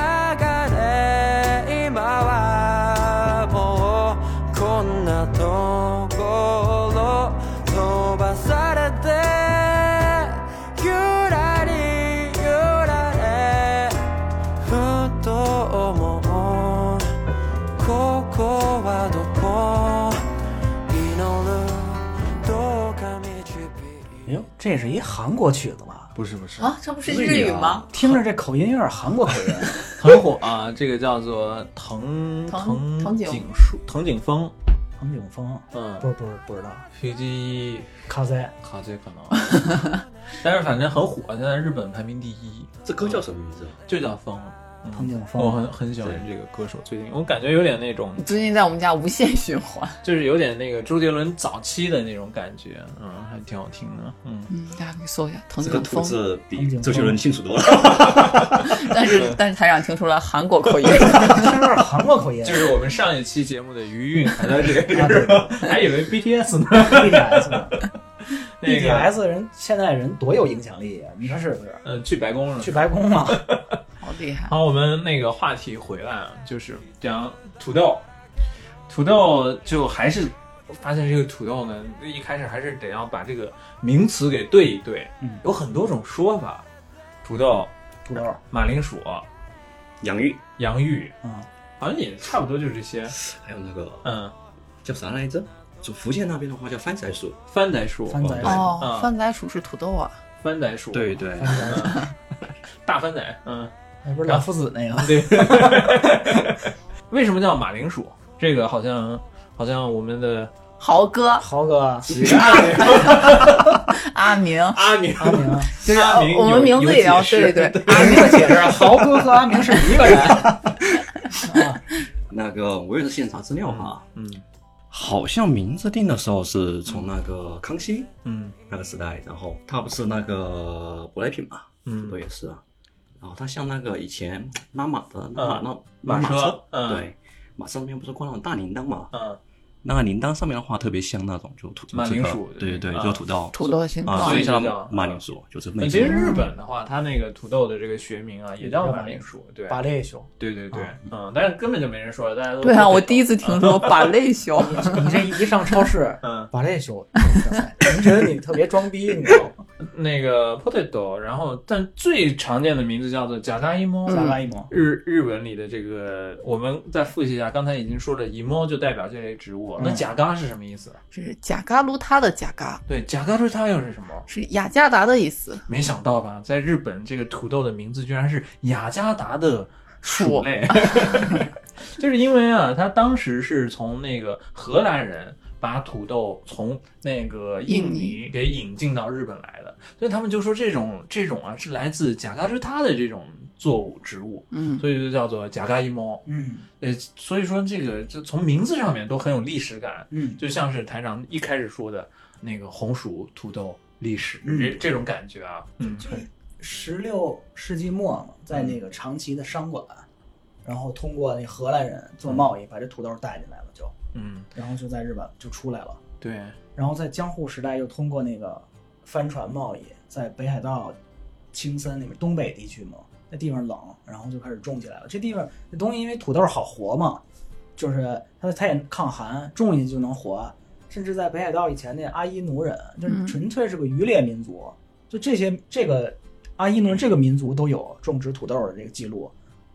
れ今はもうこんなところ飛ばされてゆらりゆられふと思うここはどこ祈るどうか導哎呦，这是一韩国曲子吧？不是不是，啊，这不是日语吗？听着这口音有点韩国口音。 很火啊，这个叫做藤藤藤井井树、藤井风，唐景峰，嗯 E 不是不是不知道， ，PG 卡塞卡这可能， 但是反正很火，现在日本排名第一，这歌叫什么名字？啊就叫风。嗯唐景峰我 很很喜欢这个歌手，最近我感觉有点那种，最近在我们家无限循环，就是有点那个周杰伦早期的那种感觉，嗯，还挺好听的，嗯，嗯，大家可以搜一下藤这个井吐风，字藤比井周杰风伦清楚多了。但是嗯但是台长听出了韩国口音，听着有点韩国口音， 就是我们上一期节目的余韵还在这里，啊对 还以为 BTS 呢， BTS 呢那个，BTS 人现在人多有影响力啊，你说是不是？呃去白宫了，去白宫了， 好厉害！好，我们那个话题回来啊，就是讲土豆，土豆就还是发现这个土豆呢，一开始还是得要把这个名词给对一对，嗯有很多种说法，土豆、土豆，马铃薯、洋芋，洋芋，嗯，好像也差不多就这些，还有那个嗯，叫啥来着？就福建那边的话叫番仔薯。番仔薯，番仔哦哦嗯，番仔薯是土豆啊，番仔薯，对番茄，大番仔，嗯，那不是老夫子那个吗？对，为什么叫马铃薯？这个好像好像我们的豪哥、 豪哥，阿明，阿明阿 明，就是阿明呃我们有名有字也要解释对对，阿明的解释，豪哥和阿明是一个人。 那个我也是现查资料哈，嗯好像名字定的时候是从那个康熙嗯那个时代，然后他不是那个舶来品嘛，嗯对，也是啊。然后他像那个以前拉玛的拉玛那马嗯马车车，嗯对，马车那边不是挂那种大铃铛嘛？嗯，那个铃铛上面的话特别像那种就土马铃薯这个对对，啊就土豆土豆形啊，状所，所以以就叫叫马铃薯，就是那那嗯种其实日本的话，它那个土豆的这个学名啊，也叫马铃薯，对，巴列熊，对对对，嗯，但是根本就没人说，大家都对啊，我第一次听说把类熊，你这一上超 市，嗯巴列熊，你觉得你特别装逼，你知道吗？那个 potato，然后但最常见的名字叫做甲嘎一摸，加嗯拉一毛，日日文里的这个，我们再复习一下，刚才已经说了，一摸就代表这类植物，嗯那甲嘎是什么意思？ 这是贾嘎卢他的贾嘎，对，甲嘎瑞它又是什么？是雅加达的意思，没想到吧，在日本这个土豆的名字居然是雅加达的薯 类，就是因为啊，他当时是从那个荷兰人把土豆从那个印尼给引进到日本来的，所以他们就说这种这种啊是来自甲嘎之他的这种作物植物，嗯，所以就叫做甲嘎一猫。嗯呃，所以说这个就从名字上面都很有历史感，嗯，就像是台长一开始说的那个红薯土豆历史，嗯这这种感觉啊，嗯。十六世纪末嘛，在那个长崎的商馆，然后通过那荷兰人做贸易，把这土豆带进来了，就，嗯，然后就在日本就出来了，对，然后在江户时代又通过那个帆船贸易，在北海道、青森那边东北地区嘛，那地方冷，然后就开始种起来了。这地方这东西因为土豆好活嘛，就是它它也抗寒，种下就能活。甚至在北海道以前那阿伊奴人，就是嗯纯粹是个渔猎民族，就这些这个阿伊奴人这个民族都有种植土豆的这个记录，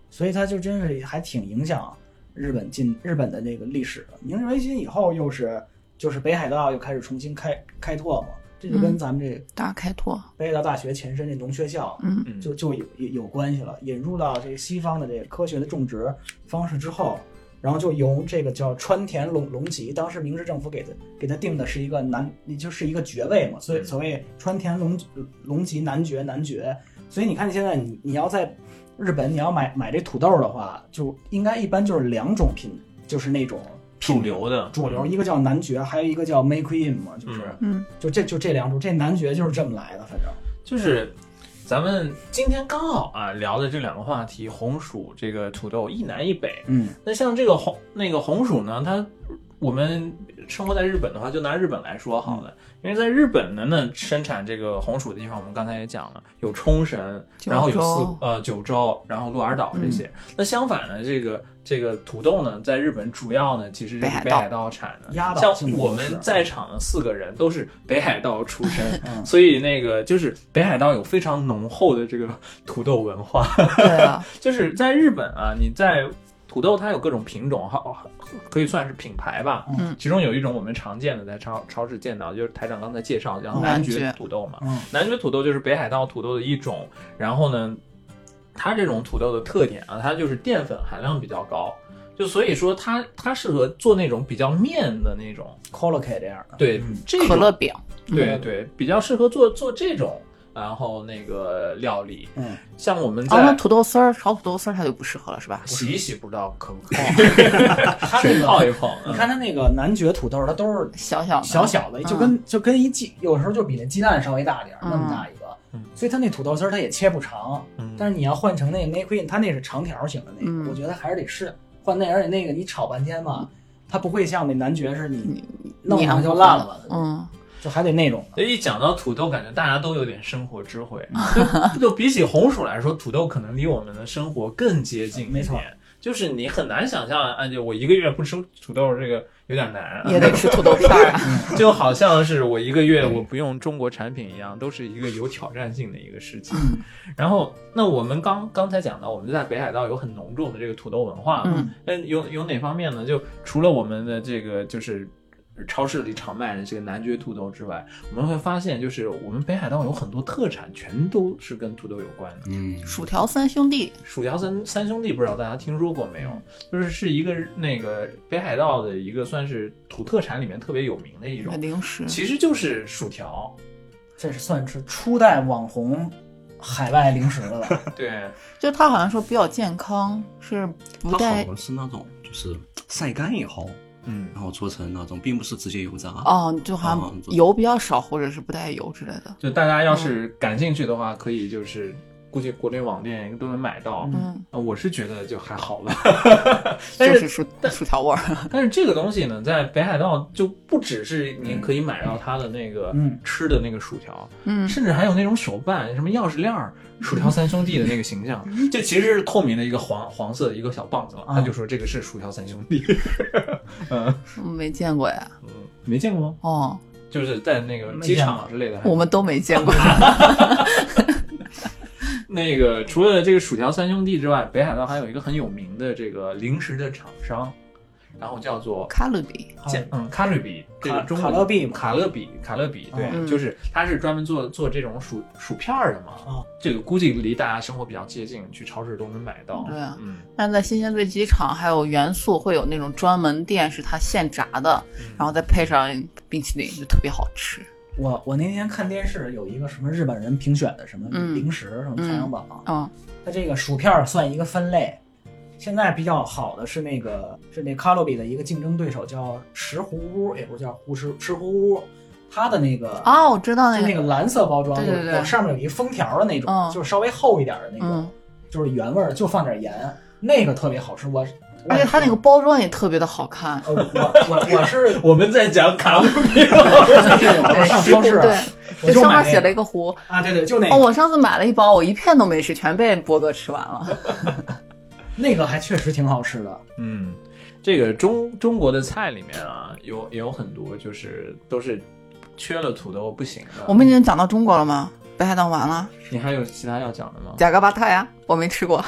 所以它就真是还挺影响日本进日本的这个历史的。明治维新以后又是就是北海道又开始重新开开拓嘛，这就跟嗯咱们这大开拓，北海道大学前身这农学校嗯嗯就就有有有关系了。引入到这个西方的这个科学的种植方式之后，然后就由这个叫川田龙龙吉，当时明治政府给他给他定的是一个男，也就是一个爵位嘛，所以嗯所谓川田龙龙吉男爵男爵。所以你看你现在你你要在日本你要买买这土豆的话，就应该一般就是两种品，就是那种主流的主流，一个叫男爵，还有一个叫 make in 嘛，就是、嗯嗯，就这就这两种，这男爵就是这么来的，反正。就是咱们今天刚好啊聊的这两个话题，红薯这个土豆一南一北。嗯，那像这个红那个红薯呢，它我们生活在日本的话，就拿日本来说好了，因为在日本呢，那生产这个红薯的地方，我们刚才也讲了，有冲绳，九州然后有四呃九州，然后鹿儿岛这些。那相反呢，这个这个土豆呢，在日本主要呢其实是北海道北海道产的，鸭岛像进口我是们在场的四个人都是北海道出身，所以那个就是北海道有非常浓厚的这个土豆文化。对啊，就是在日本啊，你在土豆它有各种品种，好可以算是品牌吧。嗯其中有一种我们常见的在超超市见到，就是台长刚才介绍的，叫嗯南南爵爵土豆嘛。嗯南爵土豆就是北海道土豆的一种，然后呢，它这种土豆的特点啊，它就是淀粉含量比较高。就所以说它，它适合做那种比较面的那种， c o l o K 这样的，对， 这种嗯可乐嗯饼，对对，比较适合做做这种，然后那个料理，嗯，像我们哦，那在土豆丝儿炒土豆丝儿它就不适合了是吧？洗一洗不知道可不 可以，水泡一泡。嗯嗯你看它那个南爵土豆，它都是小小的小小的，就跟就跟一鸡，有时候就比那鸡蛋稍微大点儿，嗯那么大一个嗯。所以它那土豆丝儿它也切不长，嗯但是你要换成那个 n a q u e e n 它那是长条型的那嗯个，我觉得还是得试换那，而且那个你炒半天嘛，它不会像那男爵是你弄黏上糊就糊烂的了，嗯，就还得那种的。所以一讲到土豆，感觉大家都有点生活智慧。就就比起红薯来说，土豆可能离我们的生活更接近一没错点。就是你很难想象，啊，就我一个月不吃土豆，这个有点难。啊也得吃土豆片儿 啊。就好像是我一个月我不用中国产品一样，都是一个有挑战性的一个事情。然后，那我们刚刚才讲到，我们在北海道有很浓重的这个土豆文化嘛，嗯嗯，有有哪方面呢？就除了我们的这个就是。超市里常卖的这个男爵土豆之外，我们会发现，就是我们北海道有很多特产，全都是跟土豆有关的。嗯，薯条三兄弟，薯条三三兄弟，不知道大家听说过没有？就是是一个那个北海道的一个算是土特产里面特别有名的一种，零食，其实就是薯条。这是算是初代网红海外零食 了吧？对，就它好像说比较健康，是不它好带像是那种就是晒干以后，嗯，然后做成那种，并不是直接油炸。哦，就好啊哦像油比较少，或者是不带油之类的。就大家要是感兴趣的话，可以就是估计国内网店都能买到。嗯，呃我是觉得就还好吧，但就是是薯薯条味 儿，但是这个东西呢，在北海道就不只是你可以买到它的那个嗯吃的那个薯条，嗯，甚至还有那种手办，什么钥匙链儿、薯条三兄弟的那个形象，这其实是透明的一个黄黄色的一个小棒子嘛，啊他就说这个是薯条三兄弟， 没见过呀。没见过吗？哦，就是在那个没机见场过之类的，我们都没见 过。那个除了这个薯条三兄弟之外，北海道还有一个很有名的这个零食的厂商，然后叫做卡路里，健嗯卡瑞比，这个卡中卡乐比嘛卡乐比卡乐比，对，嗯就是它是专门做做这种薯薯片儿的嘛，哦这个估计离大家生活比较接近，去超市都能买到。对啊嗯，但在新鲜对机场还有元素会有那种专门店，是它现炸的，嗯然后再配上冰淇淋，就特别好吃。我我那天看电视有一个什么日本人评选的什么嗯零食什么排行榜，嗯，它这个薯片儿算一个分类。现在比较好的是那个是那卡路比的一个竞争对手叫石斛屋，也不是叫胡石石斛屋，它的那个哦，我知道就那那个个，蓝色包装，对有对对有上面有一封条的那种，嗯就是稍微厚一点的那种，嗯，就是原味儿，就放点盐，那个特别好吃。我而且它那个包装也特别的好看。呃我我我是 我们在讲卡乐比， 我上超市啊对，我就就上面买那写了一个壶。啊，对对，就那个、哦，我上次买了一包，我一片都没吃，全被波哥吃 完了。那个还确实挺好吃的。嗯，这个中中国的菜里面啊，有也有很多就是都是缺了土豆不行的。我们已经讲到中国了吗？北海道完了，你还有其他要讲的吗？贾嘎巴泰呀，我没吃过，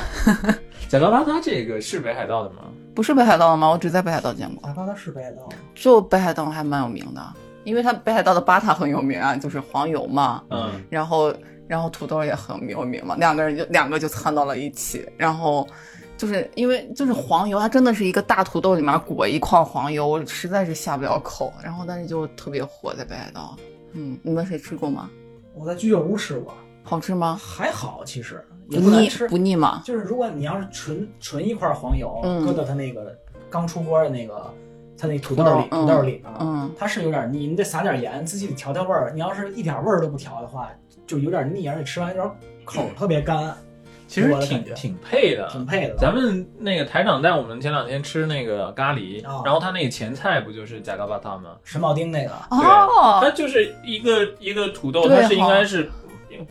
贾格巴它这个是北海道的吗？不是北海道的吗？我只在北海道见过，哪怕它是啊北海道，就北海道还蛮有名的，因为它北海道的巴塔很有名啊，就是黄油嘛，嗯，然后然后土豆也很有名嘛，两个人就两个就掺到了一起，然后。就是因为就是黄油，它真的是一个大土豆里面裹一块黄油，我实在是下不了口。然后但是就特别火在北海道，嗯，你们谁吃过吗？我在居酒屋吃过，好吃吗？还好，其实也不不难腻吃不。腻吗？就是如果你要是纯纯一块黄油，嗯搁到它那个刚出锅的那个它那土豆豆里嗯土豆里啊，嗯它是有点腻，你得撒点盐，自己得调调味儿。你要是一点味儿都不调的话，就有点腻，而且吃完有点口儿特别干。其实我的挺感觉挺配的，挺配的咱们那个台长带我们前两天吃那个咖喱，哦然后他那个前菜不就是贾嘎巴汤吗？沈茂丁那个，它哦，就是一个一个土豆，对它是应哈该是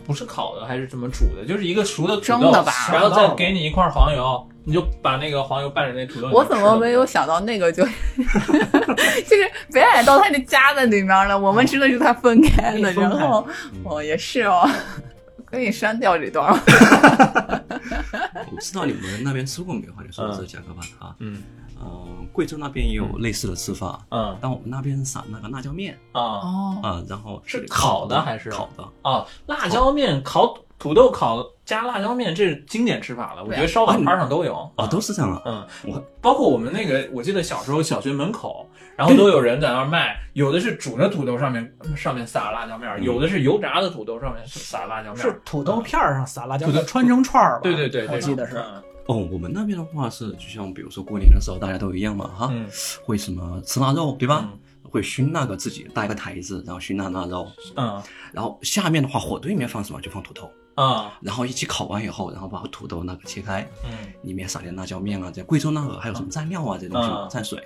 不是烤的还是怎么煮的？就是一个熟的土蒸豆的吧然后再给你一块黄油，你就把那个黄油拌着那土豆。我哦你就怎吃么了没有？想到那个就， 就是北海道它就加在里面了，我们吃的是它分开的，可以分开然后哦也是哦，可以删掉这段吗？我不知道你们那边吃过没有，好像说嗯是贾克巴塔，嗯嗯，啊贵州那边也有类似的吃法，嗯但我们那边撒那个辣椒面啊哦，啊，然后是烤的还是烤的？啊！辣椒面烤土豆烤加辣椒面，这是经典吃法了。我对啊觉得烧烤摊上都有哦，都是这样啊。嗯，我包括我们那个，我记得小时候小学门口，然后都有人在那儿卖，有的是煮着土豆上面上面撒辣椒面儿，有的是油炸的土豆上面撒辣椒面儿，是土豆片儿上撒辣椒土豆面，穿成串儿吧？对对对，我对记得是。嗯哦，我们那边的话是，就像比如说过年的时候，大家都一样嘛，哈，嗯会什么吃腊肉，对吧？嗯会熏那个自己搭一个台子，然后熏那腊肉，嗯然后下面的话火堆里面放什么就放土豆，啊然后一起烤完以后，然后把土豆那个切开，嗯，里面撒点辣椒面啊，这贵州那个还有什么蘸料啊这些东西嗯，蘸水，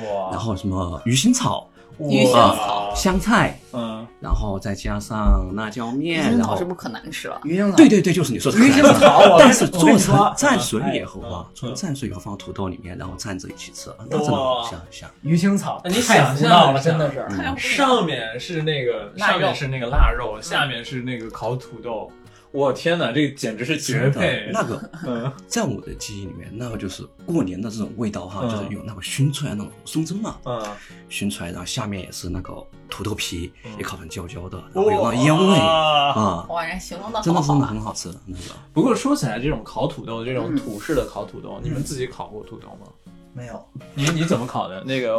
哇，然后什么鱼腥草、鱼腥草哇，香菜，嗯，然后再加上辣椒鱼面，腥然草后是不是可难吃了？鱼腥草，对对对，就是你说的鱼腥草我跟 但是我跟做你成说蘸水以后哎啊嗯，做成蘸水以后放到土豆里面，然后蘸着一起吃，啊那真的好香香。鱼腥草，你太想胡象闹了，一下真的是。嗯上面是那个腊上肉面是那个腊肉，下面是那个烤土豆，我天哪，这简直是绝真的配，那个嗯在我的记忆里面，那个就是过年的这种味道哈，嗯就是有那个熏出来那种松针嘛，嗯，熏出来，然后下面也是那个土豆皮嗯也烤成焦焦的，然后有那烟味哇啊，哇，人形容的真好的好真的啊！很好吃的那个。不过说起来，这种烤土豆，这种嗯土式的烤土豆，你们自己烤过土豆吗？没有，你你怎么烤的？那 个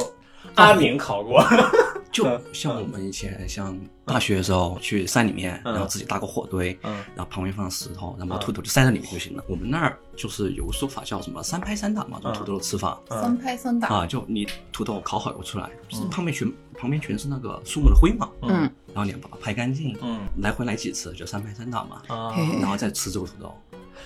阿敏烤过，就呃像我们以前像大学的时候去山里面，嗯然后自己搭个火堆，嗯然后旁边放石头，然后嗯把土豆就塞在里面就行了。我们那儿就是有个说法叫什么“三拍三打”嘛，这种嗯土豆的吃法三拍三打，啊，就你土豆烤好以后出来，嗯就是旁边全旁边全是那个树木的灰嘛，嗯，然后你要把它拍干净，嗯来回来几次就三拍三打嘛，啊嘿嘿然后再吃这个土豆。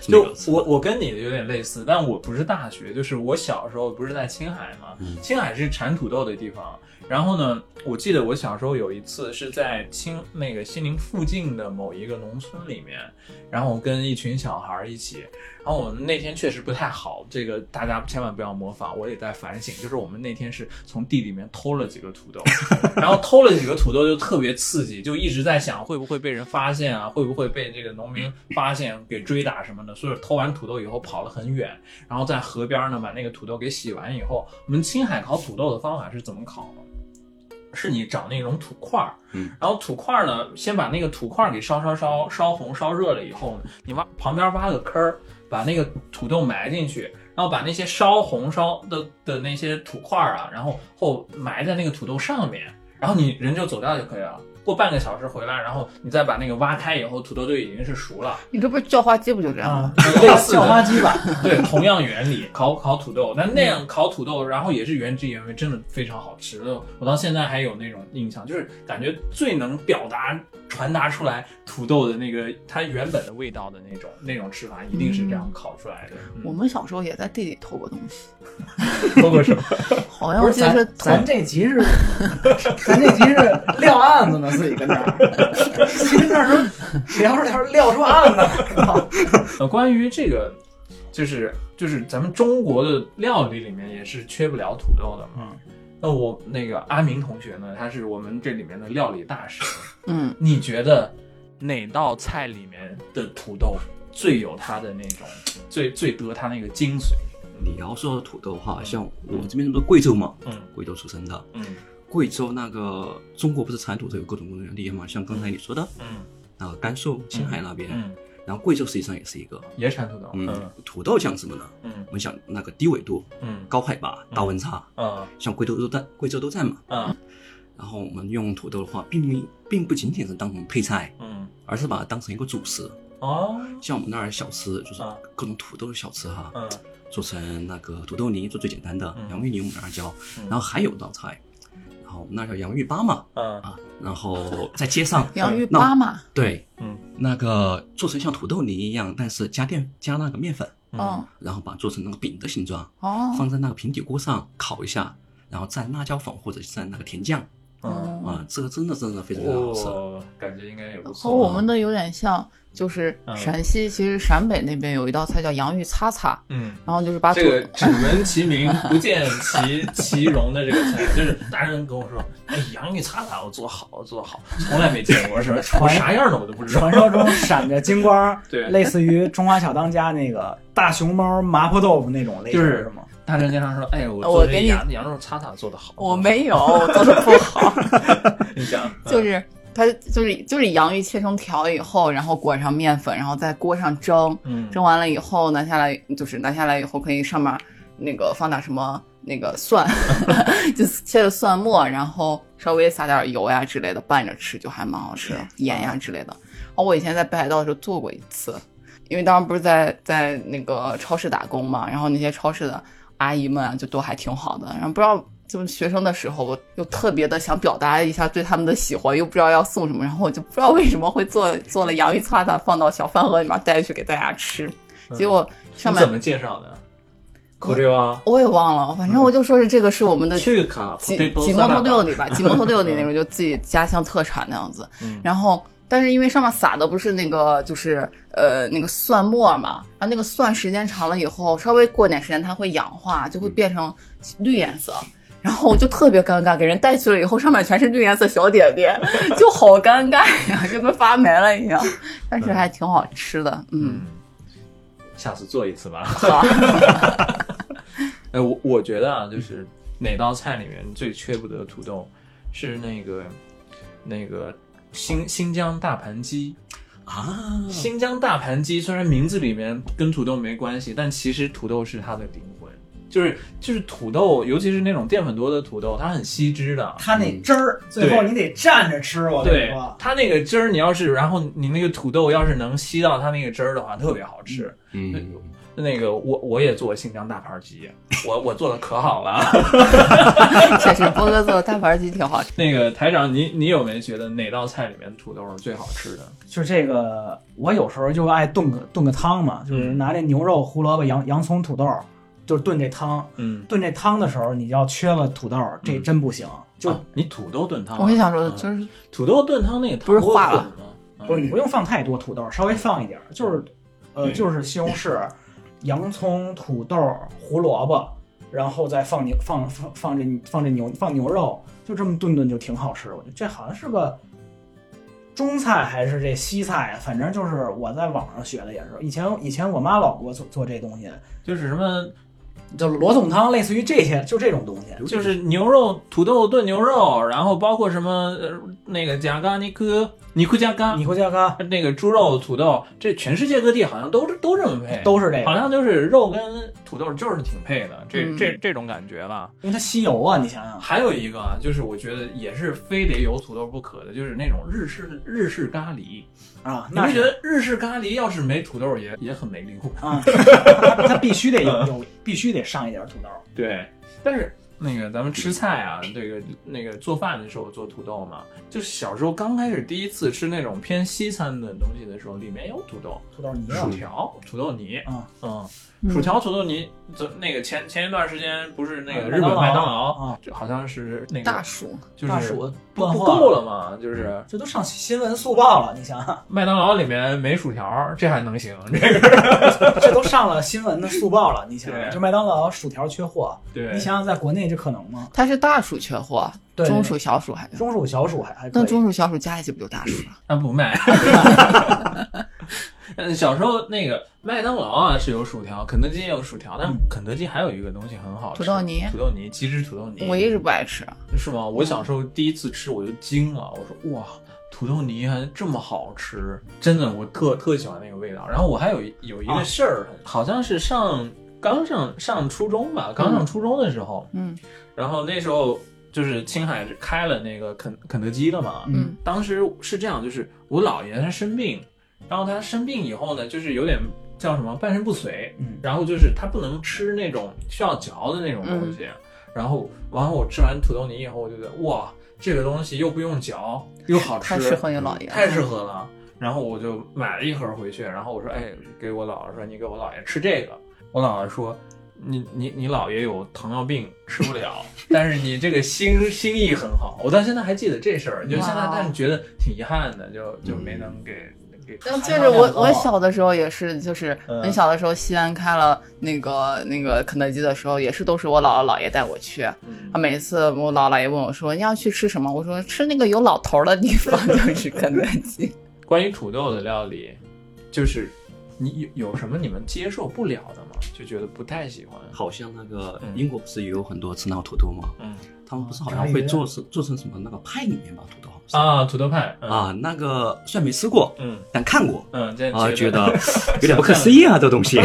是就那个吃法我我跟你有点类似，但我不是大学，就是我小时候不是在青海嘛，嗯青海是产土豆的地方。然后呢，我记得我小时候有一次是在青那个西宁附近的某一个农村里面，然后我跟一群小孩儿一起，然后我们那天确实不太好，这个大家千万不要模仿，我也在反省。就是我们那天是从地里面偷了几个土豆， 然后偷了几个土豆就特别刺激，就一直在想会不会被人发现啊，会不会被这个农民发现给追打什么的。所以偷完土豆以后跑了很远，然后在河边呢把那个土豆给洗完以后，我们青海烤土豆的方法是怎么烤呢？是你找那种土块儿，嗯然后土块儿呢，先把那个土块儿给烧烧烧烧红烧热了以后呢，你挖旁边挖个坑儿，把那个土豆埋进去，然后把那些烧红烧的的那些土块儿啊，然后后埋在那个土豆上面，然后你人就走掉就可以了。过半个小时回来，然后你再把那个挖开以后，土豆就已经是熟了。你这不是叫花鸡不就这样吗？啊，类似叫花的，鸡吧，对，同样原理， 烤烤土豆，那那样烤土豆，然后也是原汁原味，真的非常好吃。我到现在还有那种印象，就是感觉最能表达、传达出来土豆的那个它原本的味道的那种那种吃法，一定是这样烤出来的。嗯嗯我 们小时候也在地里偷过东西，包括什么？好像不我是记得咱是偷咱这集是，咱这集是撂案子呢，自己跟这儿，自己跟这儿说聊着聊着撂出案子来了，呃，关于这个，就是就是咱们中国的料理里面也是缺不了土豆的嘛。嗯那我那个阿明同学呢，他是我们这里面的料理大神。嗯，你觉得哪道菜里面的土豆最有它的那种，最最得它那个精髓？你要说土豆哈，像我这边不是贵州嘛，嗯贵州出生的，嗯贵州那个中国不是产土豆有各种各样的地方嘛，像刚才你说的，嗯啊，甘肃、青海那边，嗯，然后贵州实际上也是一个，野产土豆。嗯，土豆像什么呢？嗯我们想那个低纬度、嗯高海拔、大温差，嗯像贵州都在贵州都在嘛。嗯然后我们用土豆的话，并不并不仅仅是当成配菜，嗯而是把它当成一个主食。哦像我们那儿小吃就是啊各种土豆的小吃哈，嗯做成那个土豆泥，做最简单的嗯洋芋泥，我们那儿叫嗯。然后还有道菜，然后我们那儿叫洋芋粑嘛，嗯啊，然后在 街上洋芋那粑粑，对，嗯，那个做成像土豆泥一样，但是加淀加那个面粉，嗯，然后把它做成那个饼的形状，哦，放在那嗯个平底锅上烤一下，然后蘸辣椒粉或者蘸那个甜酱嗯，嗯啊，这个真的真的非常非常好吃。哦，感觉应该也不和错。啊我们的有点像，就是嗯陕西，其实陕北那边有一道菜叫洋芋擦擦，嗯，然后就是把土这个只闻其名不见 其其容的这个菜，就是大人跟我说，哎，洋芋擦擦我做好，我做好，从来没见过，是吧？我啥样的我都不知道，传。说中闪着金光对类似于《中华小当家》那个大熊猫麻婆豆腐那种类型就是是吗？大人经常说，哎，我我做这给你羊羊肉擦擦做的好。 我没有，我做的不好，你讲， 就是它就是就是洋芋切成条以后，然后裹上面粉，然后在锅上蒸，嗯，蒸完了以后拿下来，就是拿下来以后可以上面那个放点什么那个蒜， 就切的蒜末，然后稍微撒点油呀之类的拌着吃，就还蛮好吃的，盐啊呀之类的。哦，我以前在北海道的时候做过一次，因为当时不是在在那个超市打工嘛，然后那些超市的阿姨们啊，就都还挺好的，然后不知道。就是学生的时候，我又特别的想表达一下对他们的喜欢，又不知道要送什么，然后我就不知道为什么会做做了洋芋擦擦，放到小饭盒里面带去给大家吃。结果 上嗯你怎面么介绍的？口这哇，我也忘了，反正我就说是这个是我们的去卡几啊 potato 呃几摩 salad 托六里吧，几摩托六里 那种就自己家乡特产那样子。嗯然后，但是因为上面撒的不是那个就是呃那个蒜末嘛，然后那个蒜时间长了以后，稍微过点时间它会氧化，就会变成绿颜色。然后我就特别尴尬，给人带去了以后，上面全是绿颜色小点点， 就好尴尬呀，就跟发霉了一样。但是还挺好吃的，嗯，嗯，下次做一次吧。好，哎，我我觉得啊，就是哪道菜里面最缺不得土豆，是那个那个新新疆大盘鸡。啊，新疆大盘鸡虽然名字里面跟土豆没关系，但其实土豆是它的灵魂，就是就是土豆，尤其是那种淀粉多的土豆，它很吸汁的。它那汁儿，最后你得蘸着吃，我跟你对说，它那个汁儿，你要是然后你那个土豆要是能吸到它那个汁儿的话，特别好吃。嗯，那个我我也做新疆大盘鸡，我我做的可好了。确实波哥做的大盘鸡 挺好吃。那个台长，你你有没有觉得哪道菜里面土豆是最好吃的？就这个，我有时候就爱炖个炖个汤嘛，就是拿这牛肉、胡萝卜、洋洋葱、土豆，就是炖这汤。嗯，炖这汤的时候，你要缺了土豆，这嗯真不行。就啊你土豆炖汤啊，我就想说，就是是土豆炖汤那个汤不是会化了混吗？嗯不是你不用放太多土豆，稍微放一点儿，就是，呃，嗯就是西红柿、洋葱、土豆、胡萝卜，然后再放牛放放放这放这牛放牛肉，就这么炖炖就挺好吃。我觉得这好像是个中菜还是这西菜，啊反正就是我在网上学的也是，以前以前我妈老给我做做这东西，就是什么，就是罗宋汤，类似于这些，就这种东西。就是牛肉土豆炖牛肉，然后包括什么呃那个贾嘎尼科尼库加嘎你回家看，那个猪肉土豆，这全世界各地好像都都这么配，都是这好个，像就是肉跟土豆就是挺配的，这、嗯这这种感觉吧。因为它吸油啊，你想想，还有一个啊，就是我觉得也是非得有土豆不可的，就是那种日式日式咖喱。啊，你那会觉是得日式咖喱要是没土豆也也很没灵 魂。啊，它它必须得有有，必须得上一点土豆。对，但是那个咱们吃菜啊，这个那个做饭的时候做土豆嘛，就是小时候刚开始第一次吃那种偏西餐的东西的时候，里面有土豆、土豆泥啊薯条、土豆泥，嗯嗯，薯条、土豆泥，这那个前前一段时间不是那个呃嗯日本麦麦当当劳，啊，这好像是那大个叔，就是大薯不断不货够了嘛，就是。这都上新闻速报了，你想啊想，麦当劳里面没薯条，这还能行？这 个这都上了新闻的速报了，你想对想，就麦当劳薯条缺货，对你想想在国内这可能吗？它是大鼠缺货，对中鼠、小鼠还有。中薯、小薯还还可那以，中鼠、小鼠加一起不就大鼠了？他不卖。嗯，小时候那个麦当劳啊是有薯条，肯德基也有薯条，但肯德基还有一个东西很好吃，土豆泥土豆泥，鸡汁土豆泥。嗯我一直不爱吃，啊是吗？我小时候第一次吃我就惊了，我说哇，土豆泥还这么好吃，真的，我特特喜欢那个味道。然后我还有一有一个事儿，好像是上刚上上初中吧，刚上初中的时候，嗯然后那时候就是青海开了那个肯肯德基了嘛，嗯当时是这样，就是我姥爷他生病，然后他生病以后呢，就是有点叫什么半身不遂，嗯然后就是他不能吃嗯那种需要嚼的那种东西，然后完后我吃完土豆泥以后，我就觉得哇，这个东西又不用嚼，又好吃，太适合你姥爷了太适合了。然后我就买了一盒回去，然后我说，哎，给我姥姥说，你给我姥爷吃这个。我姥姥说，你你你姥爷有糖尿病，吃不 了，但是你这个心心意很好。我到现在还记得这事儿，就现在哇但是觉得挺遗憾的，就就没能给、给。但嗯就是我，我哦小的时候也是，就是嗯很小的时候，西安开了那个那个肯德基的时候，也是都是我姥姥姥爷带我去。啊，嗯每次我姥姥姥爷问我说你要去吃什么，我说吃那个有老头儿的地方， 就是肯德基。关于土豆的料理，就是你有有什么你们接受不了的吗？就觉得不太喜欢。好像那个嗯英国不是也有很多吃那个土豆吗？嗯他们不是好像会做成做成什么那个派里面吧？土豆好像啊，土豆派是啊，那个虽然没吃过，嗯但看过嗯，这啊，觉得有点不可思议啊，这 东西。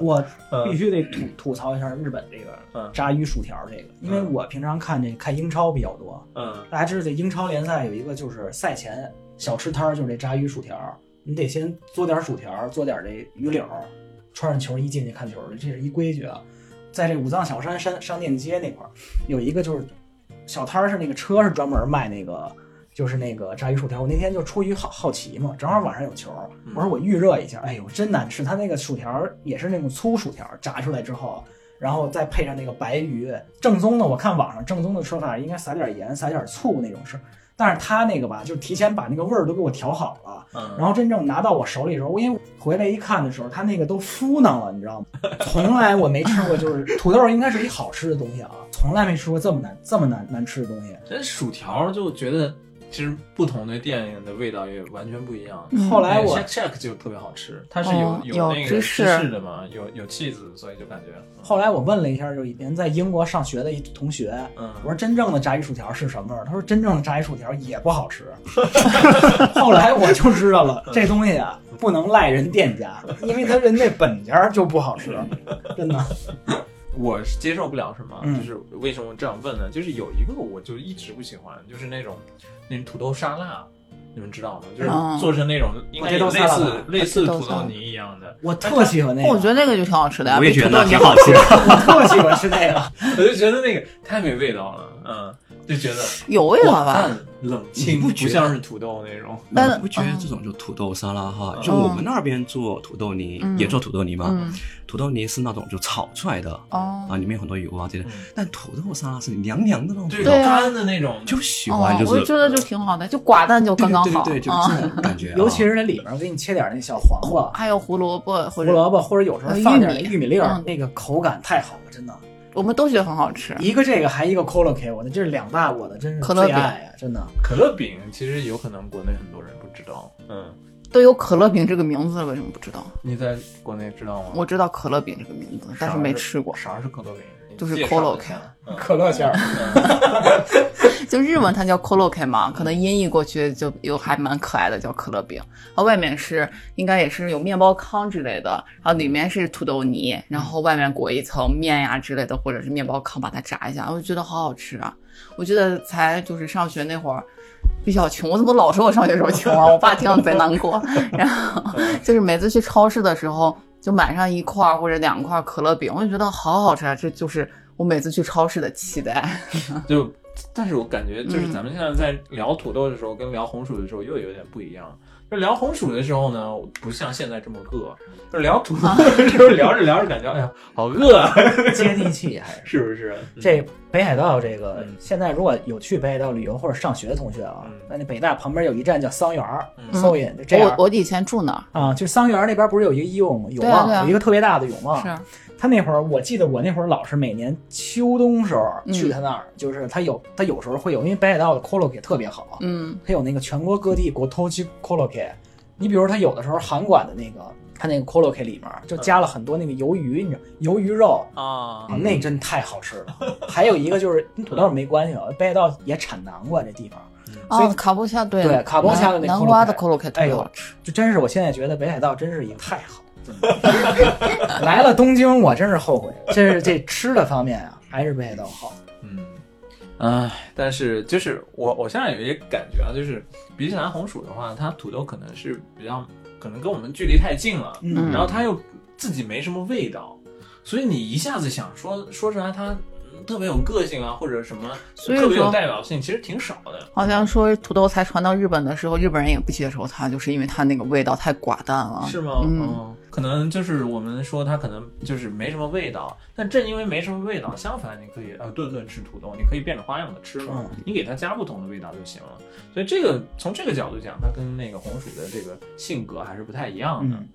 我嗯必须得吐吐槽一下日本这个嗯炸鱼薯条这个，因为嗯我平常看这看英超比较多， 嗯大家知道这英超联赛有一个就是赛前小吃摊儿，就是这炸鱼薯条儿，你得先做点薯条儿，做点这鱼柳儿，穿上球衣进去看球儿，这是一规矩啊。在这武藏小山山商店街那块儿有一个就是小摊儿，是那个车是专门卖那个。就是那个炸鱼薯条，我那天就出于好好奇嘛，正好晚上有球儿，我说我预热一下，哎呦真难吃！它那个薯条儿也是那种粗薯条儿，炸出来之后，然后再配上那个白鱼。正宗的，我看网上正宗的说法应该撒点盐、撒点醋那种事儿，但是他那个吧，就是提前把那个味儿都给我调好了。嗯，然后真正拿到我手里的时候，我因为回来一看的时候，他那个都敷囊了，你知道吗？从来我没吃过，就是土豆应该是一好吃的东西啊，从来没吃过这么难、这么难难吃的东西。这薯条就觉得其实不同的店的味道也完全不一样。后来我 check 就特别好吃，它是有、哦有那个芝芝士士的嘛，有有 cheese，所以就感觉后来我问了一下，就以前在英国上学的一同学，嗯我说真正的炸鱼薯条是什么味儿？他说真正的炸鱼薯条也不好吃。 后来我就知道了，这东西啊不能赖人店家，因为他人家本家就不好吃，真的。我是接受不了什么，嗯就是为什么这样问呢？就是有一个我就一直不喜欢，就是那种那种土豆沙拉，你们知道吗？就是嗯做成那种应该有类土豆沙似拉类似土豆土沙豆拉泥一样 的，我特喜欢那个，我觉得那个就挺好吃的呀，我也比觉土豆得泥挺好吃的。我特喜欢吃那个。我就觉得那个太没味道了，嗯，就觉得有味道吧？淡冷清，你不不觉得像是土豆那种。但我不觉得这种就土豆沙拉哈，就嗯我们那边做土豆泥嗯也做土豆泥嘛嗯，土豆泥是那种就炒出来的，啊，哦，里面有很多油啊这些嗯，但土豆沙拉是凉凉的那种土对，豆对，啊干的那种，就喜哦欢就我是觉得就挺好的，就寡淡就对刚刚好。对对对，就啊这种 感觉啊，尤其是那里边儿，我给你切点儿那小黄瓜、还有胡萝卜或胡者呃萝卜，或者有时候放点儿玉米玉米粒儿嗯，那个口感太好了，真的。我们都觉得很好吃。一个这个还一个 c o l o K，我的这是两大我的真是可乐最饼爱呀，真的。可乐饼，其实有可能国内很多人不知道。嗯，都有可乐饼这个名字了，为什么不知道？你在国内知道吗？我知道可乐饼这个名字，但是没吃过。啥是可乐饼？你就是介绍 Kolo 一下嗯可乐馅儿，就日文它叫 k o l o k 嘛，可能音译过去就有还蛮可爱的，叫可乐饼。然后外面是应该也是有面包糠之类的，然后里面是土豆泥，然后外面裹一层面呀之类的，或者是面包糠把它炸一下，我就觉得好好吃啊！我觉得才就是上学那会儿。比较穷，我怎么老说我上学时候穷啊？我爸听了贼难过。 然后就是每次去超市的时候，就买上一块儿或者两块可乐饼，我就觉得好好吃啊！这就是我每次去超市的期待。就，但是我感觉就是嗯咱们现在在聊土豆的时候，跟聊红薯的时候又有点不一样。就聊红薯的时候呢，我不像现在这么饿；就聊土豆啊的时候，聊着聊着感觉，哎呀，好饿啊，嗯接地气还是。是不是？这北海道这个嗯，现在如果有去北海道旅游或者上学的同学啊嗯，那那北大旁边有一站叫桑园儿，嗯搜一眼就这样我我以前住那儿，啊，就桑园儿那边不是有一个义勇永对啊对啊旺，有一个特别大的永旺。是他那会儿，我记得我那会儿老是每年秋冬时候嗯去他那儿，就是他有他有时候会有，因为北海道的 c o l o k 特别好，嗯他有那个全国各地国头级 c o l o k 你比如他有的时候韩馆的那个，他那个 c o l o k 里面就加了很多那个鱿鱼，你知道鱿鱼肉，啊嗯啊，那真太好吃了。还有一个就是跟土豆没关系啊，北海道也产南瓜这地方，所以哦，卡布恰对对卡布恰的那南南 Koloke 瓜的 Koloke 特哎别呦好吃，就真是我现在觉得北海道真是一个太好了。真 的来了东京，我真是后悔。这是这吃的方面啊，还是北海道好。嗯，唉，但是就是我我现在有一个感觉啊，就是比起来红薯的话，它土豆可能是比较可能跟我们距离太近了，嗯然后它又自己没什么味道，所以你一下子想说说出来它嗯特别有个性啊，或者什么所以特别有说代表性，其实挺少的。好像说土豆才传到日本的时候，日本人也不接受它，就是因为它那个味道太寡淡了。是吗？嗯可能就是我们说它可能就是没什么味道，但正因为没什么味道，相反你可以呃顿顿吃土豆，你可以变着花样的吃嘛，嗯你给它加不同的味道就行了。所以这个从这个角度讲，它跟那个红薯的这个性格还是不太一样的。嗯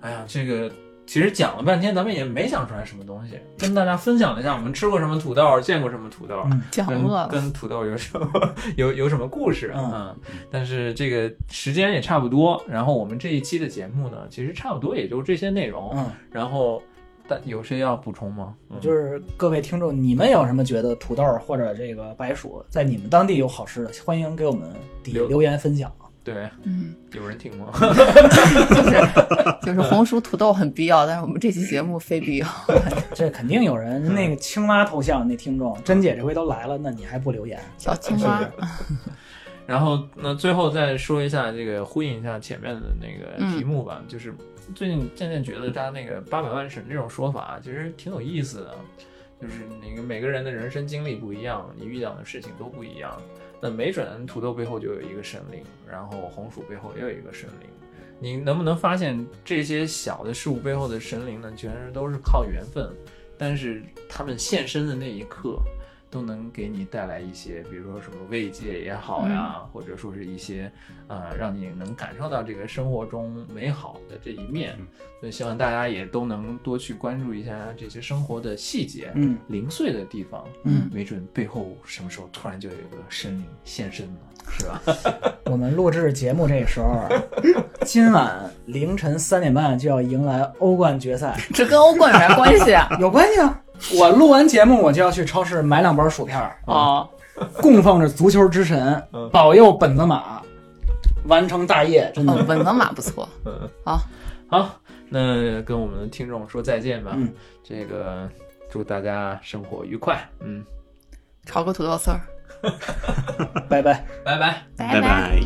哎呀，这个。其实讲了半天，咱们也没想出来什么东西，跟大家分享了一下我们吃过什么土豆，见过什么土豆，嗯 讲跟饿了，跟土豆有什么有有什么故事嗯啊、但是这个时间也差不多，然后我们这一期的节目呢，其实差不多也就这些内容。嗯，然后，但有谁要补充吗？嗯、就是各位听众，你们有什么觉得土豆或者这个白薯在你们当地有好吃的，欢迎给我们底留留言分享。啊对，嗯，有人听吗？就是就是红薯土豆很必要，但是我们这期节目非必要。这肯定有嗯人那个青蛙头像那听众，珍姐这回都来了，那你还不留言？啊小青蛙，哎然后，那最后再说一下这个，呼应一下前面的那个题目吧，就是最近渐渐觉得他那个八百万省这种说法啊其实挺有意思的，就是那个每个人的人生经历不一样，你遇到的事情都不一样。那没准土豆背后就有一个神灵，然后红薯背后也有一个神灵。你能不能发现这些小的事物背后的神灵呢？全是都是靠缘分，但是他们现身的那一刻，都能给你带来一些，比如说什么慰藉也好呀，嗯或者说是一些，呃，让你能感受到这个生活中美好的这一面。嗯所以希望大家也都能多去关注一下这些生活的细节，嗯零碎的地方，嗯，没准背后什么时候突然就有一个神灵现身了，是吧？我们录制节目这时候，啊今晚凌晨三点半就要迎来欧冠决赛，这跟欧冠有啥关系 啊？有关系啊！我录完节目，我就要去超市买两包薯片儿，哦，供奉着足球之神，保佑本子马完成大业。真 哦的，，本泽马不错。嗯好，好，那跟我们的听众说再见吧。嗯这个祝大家生活愉快，嗯，炒个土豆丝儿，拜拜。哎拜拜。拜拜拜。